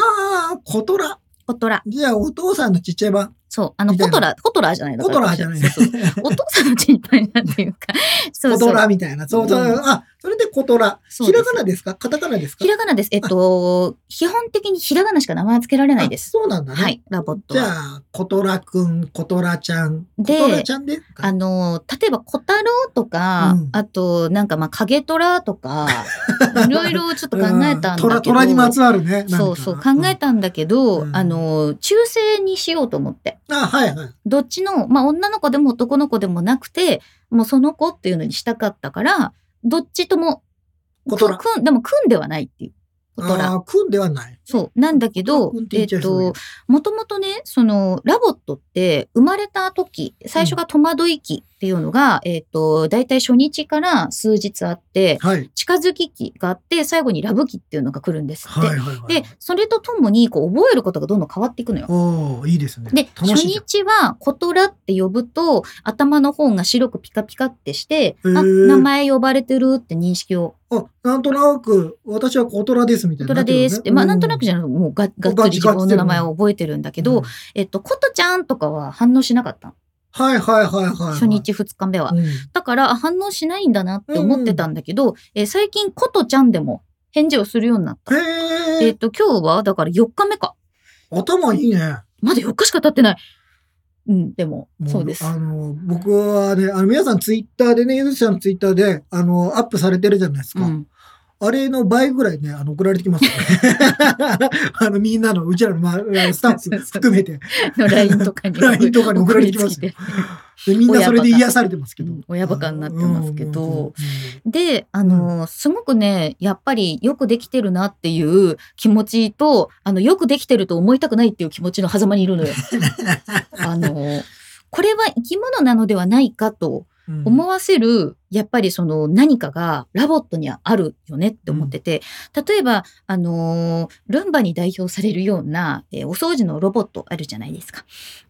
あ、コトラ。コトラ。じゃあ、お父さんのちっちゃい版。そう、あの、みたコいなトラ、コトラじゃないだコからトラじゃないそうそうお父さんのちいっぱいなんていうか、そうコそトう。ラみたいな。そうそう。うんあ、それでことら。そうひでらすがなですかカタカナですかひらがなです。えっと、基本的にひらがなしか名前は付けられないであす。そうなんだね。はい、ラボットじゃは。あ、ことらくん、ことらちゃん。でことらちゃんですかあの、例えば、小太郎とか、うんあと、なんか、まあ、影虎 とか、いろいろちょっと考えたんだけど。うん虎虎にまつわるね。なんかそうそう、考えたんだけど、うんあの、中性にしようと思って。うんあ、はいはい。どっちの、まあ、女の子でも男の子でもなくて、もうその子っていうのにしたかったから、どっちとも、こくとらくん、でも、くんではないっていう。ことらあ。あ、くんではない。そう。なんだけどくんっ、て言っえっちゃいそうだと、もともとね、その、ラボットって、生まれた時、最初が戸惑い期っていうのが、えっと、だいたい初日から数日あって、はい。近づき期があって、最後にラブ期っていうのが来るんですって。はいはいはい。で、それとともに、こう、覚えることがどんどん変わっていくのよ。おーいいですね。で、楽初しいじゃん。日は、コトラって呼ぶと、頭の方が白くピカピカってして、へあ、ー名前呼ばれてるって認識を、あ、なんとなく、私はことらですみたコいトな。ラですって、まあ、なんとなくじゃゃなく、もうが、がガっつッりチ自分の名前を覚えてるんだけど、えっと、コトちゃんとかは反応しなかったの。はいはいはいはいはい。初日、二日目は。うん。だから、あ反応しないんだなって思ってたんだけど、えー最近、コトちゃんでも返事をするようになった。へえっえ、と、今日は、だから4日目か。頭いいね。まだ4日しか経ってない。うん、でも、もそうです。あの、僕はね、あの、皆さんツイッターでね、ゆずちゃんのツイッターで、あの、アップされてるじゃないですうか。ん。あれの倍ぐらいね、あの、送られてきますよね。あの、みんなの、うちらの、ま、あのスタッフ含 めて。 の LINE と かに。 LINE とかに送られてきます送りよつ。で、みんなそれで癒されてますけどうん。親バカになってますけどうんうんうんうんで、あの、すごくね、やっぱりよくできてるなっていう気持ちと、あの、よくできてると思いたくないっていう気持ちの狭間にい るのよ。あの、これは生き物なのではないかとうん思わせる、やっぱりその何かがラボットにはあるよねって思ってて、例えば、あの、ルンバに代表されるような、えーお掃除のロボットあるじゃないですか。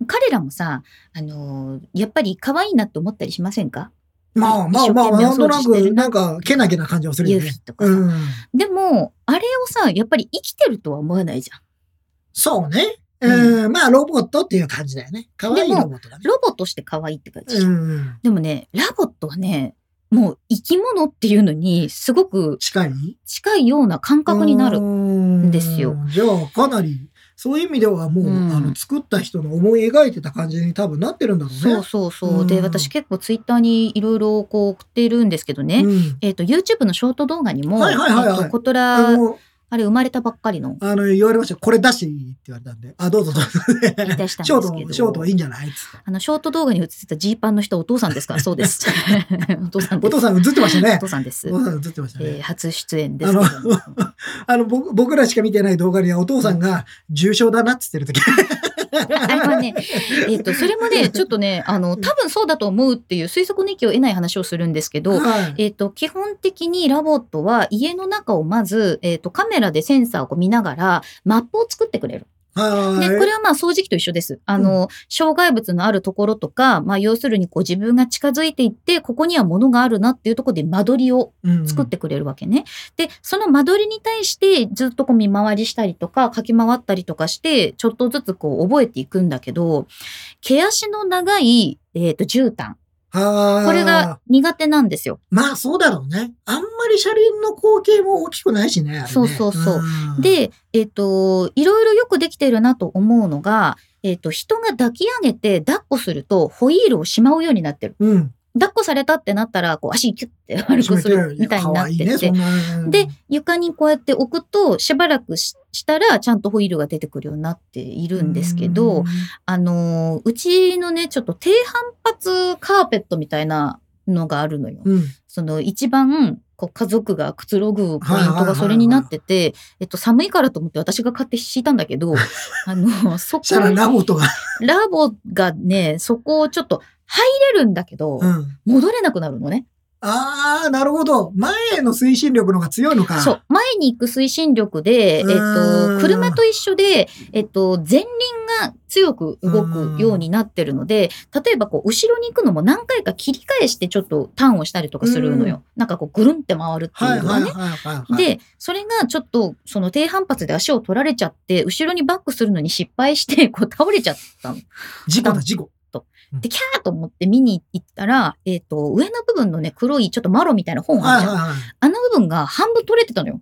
彼らもさ、あの、やっぱり可愛いなって思ったりしませんかまあまあまあ、な一生懸命おん掃除となしてく、るななんか、けなげな感じはするユよーねフ。ィとかさ。うん。でも、あれをさ、やっぱり生きてるとは思わないじゃん。そうね。ううん、まあ、ロボットっていう感じだよね。可愛いでもロボットだね。ロボとして可愛いって感じじゃん。うん。でもね、ラボットはね、もう生き物っていうのにすごく近い近いような感覚になる。んですよ。じゃあ、かなり、そういう意味ではもう、うんあの、作った人の思い描いてた感じに多分なってるんだろうね。そうそうそう。で、うん私結構ツイッターにいろいろこう送っているんですけどね。うん。えっ、と、YouTube のショート動画にも、はいはいはいはいえっとコトあラ、の、あれ生まれたばっかりのあの、言われました。これ出していいって言われたんで。あ、どうぞどうぞ。言い出した んショでーすけど。ト、ショートいいんじゃないっつってあの、ショート動画に映ってたジーパンの人お父さんで すから、そうです。お父さんです。お父さん映ってましたお ね父。さんですお。父さん映ってましたね。えー初出演 ですけども。あ あの、僕、僕らしか見てない動画にはお父さんが重症だなって言ってる時。あれはね、えっ、と、それもね、ちょっとね、あの、多分そうだと思うっていう推測の域を得ない話をするんですけど、はいえっ、と、基本的にラボットは家の中をまず、えっ、と、カメラでセンサーをこう見ながら、マップを作ってくれる。はい。で、これはまあ掃除機と一緒です。あの、障害物のあるところとか、まあ要するにこう自分が近づいていって、ここには物があるなっていうところで間取りをうん作ってくれるわけね。で、その間取りに対してずっとこう見回りしたりとか、駆け回ったりとかして、ちょっとずつこう覚えていくんだけど、毛足の長い、えっ、と、絨毯。はあこれが。苦手なんですよ。まあそうだろうね。あんまり車輪の光景も大きくないしね。あれねそうそうそう。ん、で、えっ、と、いろいろよくできてるなと思うのが、えっ、と、人が抱き上げて抱っこすると、ホイールをしまうようになってる。うん。抱っこされたってなったら、こう足キュッて悪くするみたいになっていや可愛いね、てそん。なうんで、床にこうやって置くと、しばらくししたら、ちゃんとホイールが出てくるようになっているんですけど、うんあのー、うちのね、ちょっと低反発カーペットみたいなのがあるのよ。うん。その一番、こう家族がくつろはいぐポイントはいはいはがいそれになってて、えっと、寒いからと思って私が買って敷いたんだけ ど、あの、そこしたら、ラボとが。ラボがね、そこをちょっと入れるんだけど、うん。戻れなくなるのね。ああ、なるほど。前への推進力の方が強いのか。そう。。前に行く推進力で、えっうーと、ん車と一緒で、えっと、前輪が強く動くようになってるので、例えばこう、後ろに行くのも何回か切り返してちょっとターンをしたりとかするのよ。なんかこう、ぐるんって回るってはいいうのははいはいね。はいはい。、で、それがちょっと、その低反発で足を取られち ゃって、後ろにバックするのに失敗して、こう倒れちゃったの。事故だ、事故。うんで、キャーと思って見に行ったら、えっ、と、上の部分のね、黒いちょっとマロみたいな本あはるいじゃん。はいはい。あの部分が半分取れてたのよ。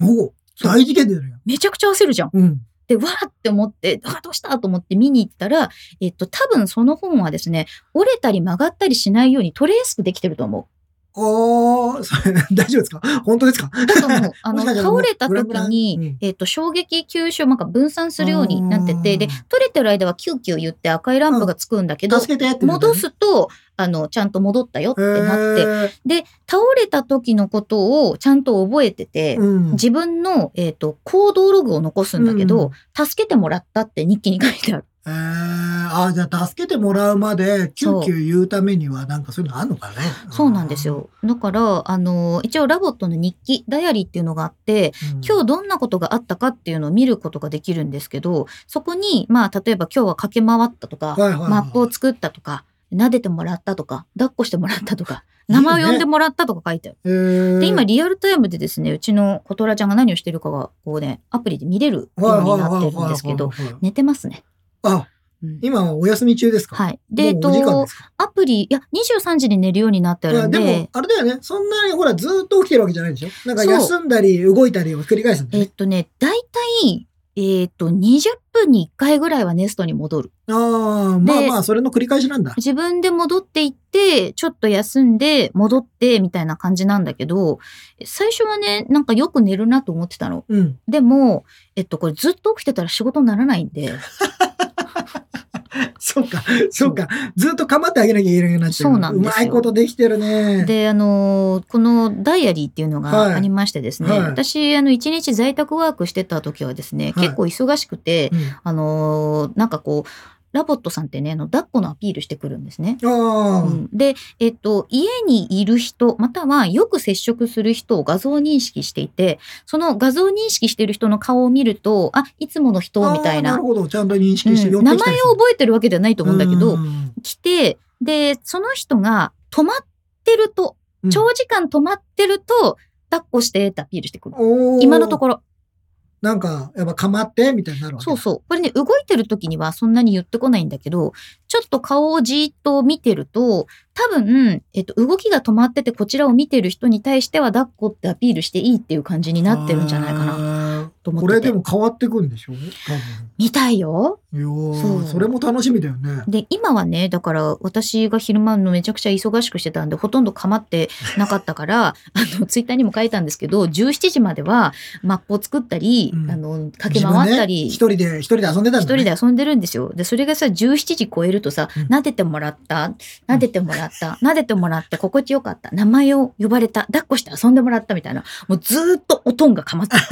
おお、大事件出るよ。めちゃくちゃ焦るじゃん。うん。で、わーって思って、あ、どうしたと思って見に行ったら、えっ、と、多分その本はですね、折れたり曲がったりしないように取れやすくできてると思おー、それ 大丈夫ですか本当ですかう。だと思う。あの、もしかしたら倒れた時ブラブラうにん、えっ、と、衝撃吸収、なんか分散するようになってて、でう、ん取れてる間はキューキュー言って赤いランプがつくんだけど、助けてって、戻。すと、あの、ちゃんと戻ったよってなって、へーで、倒れた時のことをちゃんと覚えてて、うん、自分の、えっ、と、行動ログを残すんだけど、う助けてもらったって日記に書いてある。えー、あーじゃあ助けてもらうまでキューキュー言うためにはなんかそういうのあんのかねそうなんです、よ。だから、あの、一応ラボットの日記、ダイアリーっていうのがあって、今日日どんなことがあったかっていうのを見ることができるんですけど、そこに、まあ、例えば今日は駆け回ったとか、はいはいはいマップを作ったとか、撫でてもらったとか、抱っこしてもらったとか、名前を呼んでもらったとか書いてある。えーで、今リアルタイムでですね、うちのコトラちゃんが何をしてるかが、こうね、アプリで見れるようになってるんですけど、はいはいはいはいはい寝てますね。あうん今はお休み中ですかはいい。で、えっもうお時間とで、すかアプリ、いや、23時に寝るようになっているやんでで、もあれだよねそんなにほらずーっと起きてるわけじゃないでしょなんかそう休んだり動いたりを繰り返すんだえよっねとね、だいたい、えっと、20分に1回ぐらいはネストに戻る。ああまあでまあそれの繰り返しなんだ自分で戻っていって、ちょっと休んで、戻って、みたいな感じなんだけど、最初はね、なんかよく寝るなと思ってたの。うん でも、えっと、これずっと起きてたら仕事にならないん で、そうかそうかずーっと構ってあげなきゃいけなくなっちゃうそうなんですようまいことできてるねで、あのーこのダイアリーっていうのがありましてですね、はいはい私、あの、一日在宅ワークしてた時はですね、はい結構忙しくて、うんあのーなんかこう、ラボットさんってね、あの、抱っこのアピールしてくるんですね。ああ、うんで、えっと、家にいる人、またはよく接触する人を画像認識していて、その画像認識している人の顔を見ると、あ、いつもの人みたいあーなな。るほどちゃんと認うん識して寄名って前をきたりする覚えてるわけじゃないと思うんだけど、ん来て、で、その人が止まってると、うん長時間止まってると、抱っこしてってアピールしてくる。おー今のところ。なんか、やっぱ構って、みたいになるわけそだうそう。これね、動いてる時にはそんなに言ってこないんだけど、ちょっと顔をじーっと見てると、多分、えっと、動きが止まっててこちらを見てる人に対しては抱っこってアピールしていいっていう感じになってるんじゃないかなな。と思っこてて。れでも変わってくんでしょ多見たいよ。分。いやそーうそれも楽しみだよね。で、今はね、だから私が昼間のめちゃくちゃ忙しくしてたんで、ほとんど構ってなかった から、あの、ツイッターにも書いたんですけど、17時まではマップを作ったり、うんあの、駆け回ったり、自分ね一人で、一人で遊んでたんだ、ね。一人で遊んでるんですよ。で、それがさ、17時超えるとさうん、撫でてもらった、撫でてもらった、撫でてもらって心地よかった、名前を呼ばれた、抱っこして遊んでもらったみたいな、もうずーっとおとんがかまってた。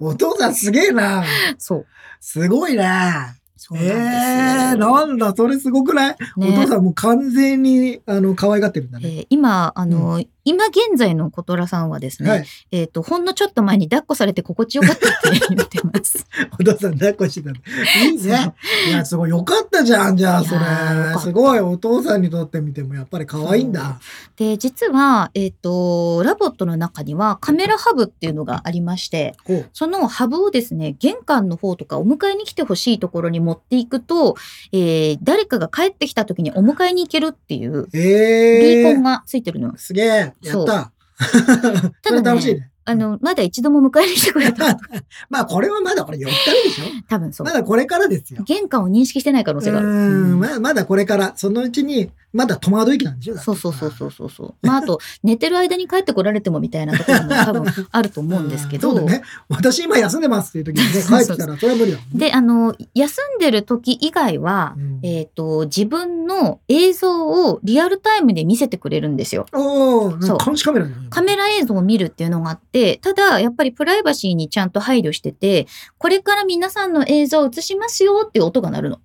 お父さんすげえな。そう。すごいな。そうえなえー、んですなよんだ、それすごくない、おね父さんもう完全に、あの、可愛がってるんだえね。ー今、あの、今現在の小虎さんはですね、はい。えっ、と、ほんのちょっと前に抱っこされて心地よかったって言ってます。 お父さん抱っこしてたんだ。いいね。いや、すごい。よかったじゃん、じゃあ、いやそれーよかっ。たすごい。お父さんにとってみても、やっぱり可愛いんだ。で、実は、えっ、と、ラボットの中にはカメラハブっていうのがありまして、こう。そのハブをですね、玄関の方とかお迎えに来てほしいところに持っていくと、えー誰かが帰ってきた時にお迎えに行けるっていう、ええリーー。コンがついてるのよ。すげえ、やそっうた。たそだれね楽しいね。あの、まだ一度も迎えに来てくれた。 まあこれはまだこれ4日目でしょ多分そうま。だこれからですよ。玄関を認識してない可能う性がある。ー、うんんまあまだこれから、そのうちに、まだ戸惑い期なんでしょそうそうそうそうそうそう。まあ、あと、寝てる間に帰ってこられてもみたいなところも多分 あると思うんですけど。そうだね。私今休んでますっていう時にね、帰ってきたら、それは無理だもんね。で、あの、休んでる時以外は、うんえっ、と、自分の映像をリアルタイムで見せてくれるんですよ。おお、なんそうか監視カメラだねカメラ映像を見るっていうのがあって、ただ、やっぱりプライバシーにちゃんと配慮してて、これから皆さんの映像を映しますよっていう音が鳴るの。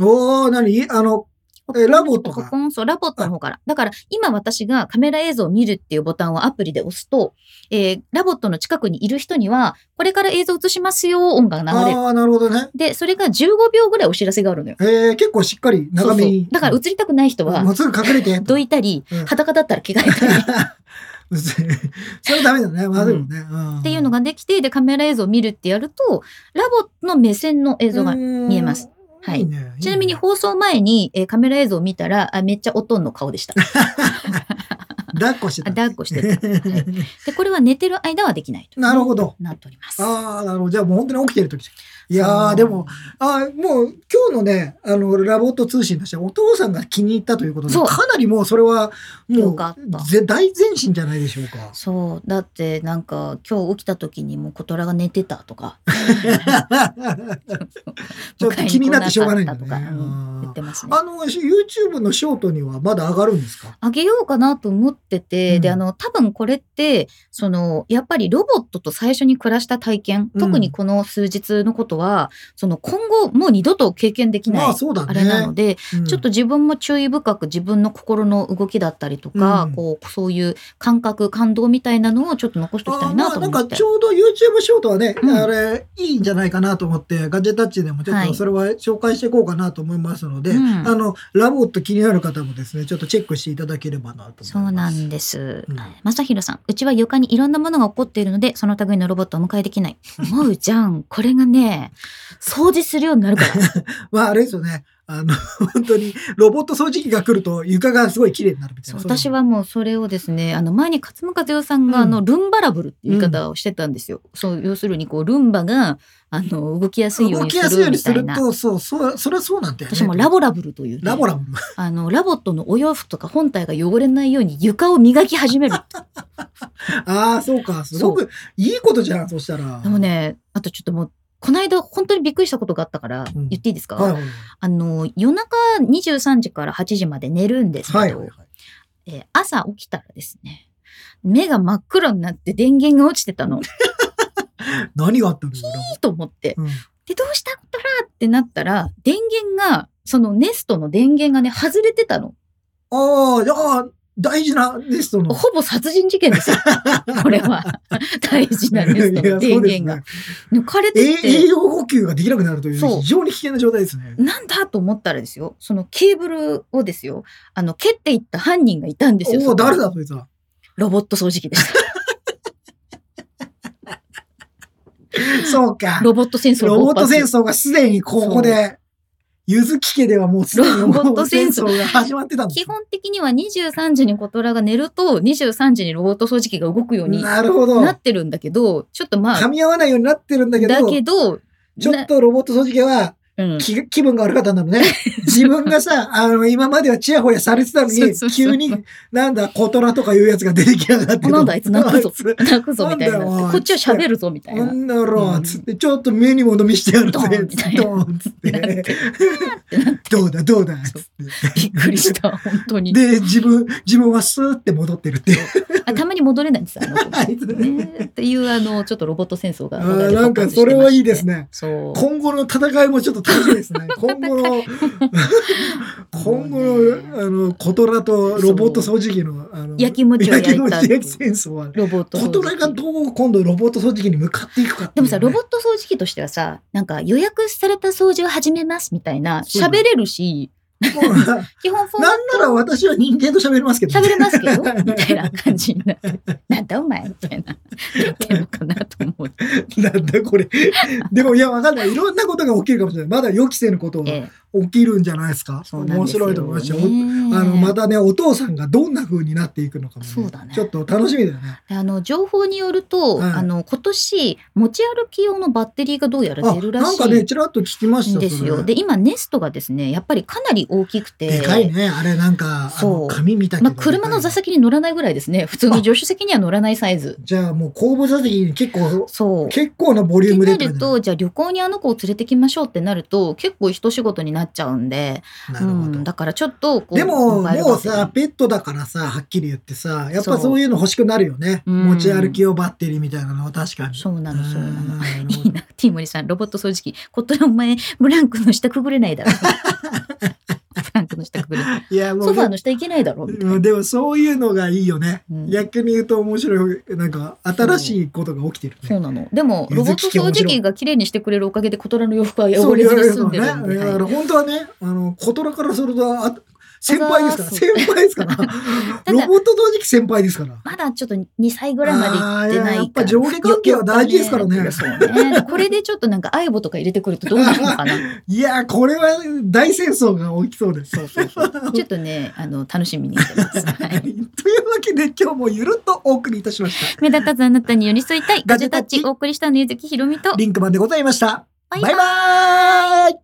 おお、なに、あの、えラボットがココンそう、ラボットの方から。だから、今私がカメラ映像を見るっていうボタンをアプリで押すと、えーラボットの近くにいる人には、これから映像を映しますよ音が流れる。ああ、なるほどね。で、それが15秒ぐらいお知らせがあるのよ。えー、結構しっかり長めそうにそう。だから映りたくない人もは、うすぐ隠れて。 どいたりうん、裸だったら着替 えたり。うっせそれはダメだね。まあでもね。んっていうのができて、で、カメラ映像を見るってやると、ラボの目線の映像がうーん見えます。はいいいね。ちなみに放送前に、えーカメラ映像を見たら、あめっちゃおとんの顔でした。 抱っこしてあた。抱っこしてた、はいで、これは寝てる間はできない と。なるほど。なっております。ああ、なるほど。じゃあもう本当に起きてる時いやそー、うでも、、あーもう今日のね、あの、ラボット通信としてはお父さんが気に入ったということで、そうかなりもうそれは、もようかった、ぜ大前進じゃないでし ょうか。そう、だってなんか今日起きた時にもう小虎が寝てたとか、 ちょっと気になってしょうがないんだね迎えに来なかったとかうんうん言ってますねあ。の、YouTube のショートにはまだ上がるんですかあげようかなと思ってて、うんで、あの、多分これって、その、やっぱりロボットと最初に暮らした体験、うん特にこの数日のことは、その今後もう二度と経験できまなあい。そうだね。あれなので、うんちょっと自分も注意深く自分の心の動きだったりとか、うんこうそういう感覚感動みたいなのをちょっと残しておきたいなとあーまあ思なっんてかちょうど YouTube ショートはね、うんあれいいんじゃないかなと思ってガジェタッチでもちょっはといそれは紹介していこうかなと思いますので、うんあのラボット気になる方もですねちょっとチェックしていただければなと思います。そうなんですうん。まさひろさん、うちは床にいろんなものが起こっているので、その類のロボットをお迎えでき ない。思うじゃん。これがね、掃除するようになるから。まああれですよねあの本当にロボット掃除機が来ると床がすごい綺麗になるみたいそうな。私はもうそれをですね、あの前に勝間和代さんが、うんあのルンバラブルっていう言い方をしてたんですよ。そう、要するにこうルンバが、あの動きやすいよう動にきやすすいようるにみすたいるな。とそうそうそれはそうなんだよね。私もラボラブルというね、ラボラボあのラボットのお洋服とか本体が汚れないように床を磨き始める。ああそうかすごくいいことじゃんそしたら。でもね、あとちょっともうこの間本当にびっくりしたことがあったから、うん言っていいですか？はいはいあの夜中23時から8時まで寝るんですけど、はいはいはいえー朝起きたらですね目が真っ黒になって電源が落ちて たのい何があったんだろいと思ってう。うんでどうしたことらってなったら電源がそのネストの電源がね外れてたのああ、じゃあ、大事なネストの。ほぼ殺人事件で すよこれは大事なネストの電源が、いやそう抜かれですてねえ栄て養補給ができなくなるといそうう非常に危険な状態ですね。なんだと思ったらですよそのケーブルをですよあの蹴っていった犯人がいたんですおよお、そこに誰だそい つは。ロボット掃除機でした そうか。ロボット戦争ロ勃ボッ発ト戦争がすでにここで、ゆずき家ではもうすでにロボット戦争ロボットが始まってたんです基本的には23時にコトラが寝ると23時にロボット掃除機が動くようにななるほど。ってるんだけどちょっとまあ噛み合わないようになってるんだけどだ、けどちょっとロボット掃除機はなうん気気分が悪かったんだろ うね。自分がさ、あの、今まではチヤホヤされてたのそうにそう、そう急に、なんだ、コトラとかいうやつが出てきやがってと。なんだあいつ泣くぞあいつ泣くぞみたいになんだなっよてこっちは喋るぞみたいこな。んなろううんつって、ちょっと目にも飲みしてやるぜ。ドーンみたいなドーンっつっなってて。どうだどうだっつって。びっくりした本当にで、自分、自分はスーって戻ってるっていう。あたまに戻れないんですあの子あいつねっていうあのちょっとロボット戦争があーなんかそれはいいですねね。そう今後の戦いもちょっと楽しみ ですね。今後の、今後の、あの、コトラとロボット掃除機の、あの、焼き餅を焼焼きい餅た焼き戦争は、ロボット掃コ除ト機ラがどう今度ロボット掃除機に向かっていくかっていうでもねさ、ロボット掃除機としてはさ、なんか予約された掃除を始めますみたいな、そうだ喋れるし、 もうな基本フォーマッなんなら私は人間と喋りますけどトね。喋れます けど、みたいな感じになって、なんだお前みたいな、なってんのかなと思っ て。なんだこれ。でもいや、わかんない。いろんなことが起きるかもしれない。まだ予期せぬことがええ起きるんじゃないですか。そうなん面ですよ白いと思いますよ。おねあの、またね、お父さんがどんな風になっていくのかも、ねそうだねちょっと楽しみだよね。あの情報によると、はいあの今年持ち歩き用のバッテリーがどうやらあ、出るらなんしかね、いちらっと聞きましたんですそよ。れで今ネストがですねやっぱりかなり大きくてでかいね。あれなんか、あそうの紙みたいまな、あ、車の座。席に乗らないぐらいですね普通の助手席には乗らないサイズ。じゃあもう後部座席に結構、そう結構なボリュームってでなると、じゃあ旅行にあの子を連れてきましょうってなると、結構一仕事になっちゃうんで、なるほうど。んだからちょっとこう、でも、モバイルもうバッさ、テペットだからさ、はっきり言ってさ、やっそうぱそういうの欲しくなるよね。うん持ち歩き用バッテリーみたいなのは確かリーに。そうなの、そうなうのん。なるほいいな、ティーモリさん、ロボット掃除機。こっとお前、ブランクの下くぐれないだろ。 ブランクの下くぐれ ない。いや、もう。ソファーの下行けないだろ。みたいなうんでもそういうのがいいよね。うん逆に言うと面白い、なんか新しいことが起きてるそうね。なの。でも、えロボット掃除機が綺麗にしてくれるおかげで、コトラの洋服は汚そうれず言わにれる済んとでね。るんで。だからはい本当はね、あの、コトラからすると、あ先輩ですから、そう先輩です から。だロボット同時期先輩ですから。まだちょっと2歳ぐらいまで行ってないから。あーやっぱ上下関係は大事ですからねよくわかんないそうねこれでちょっとなんか、アイボとか入れてくるとどうなるのかな。いやー、これは大戦争が起きそう です。そうそうそう。ちょっとね、あの、楽しみにしてます。ははいい というわけで今日もゆるっとお送りいたしまし目立たずあなたに寄 り添いたい。ガジェタッチお送りしたのゆずきひろみとた。。リンクマンでございました。バイババイバイーイ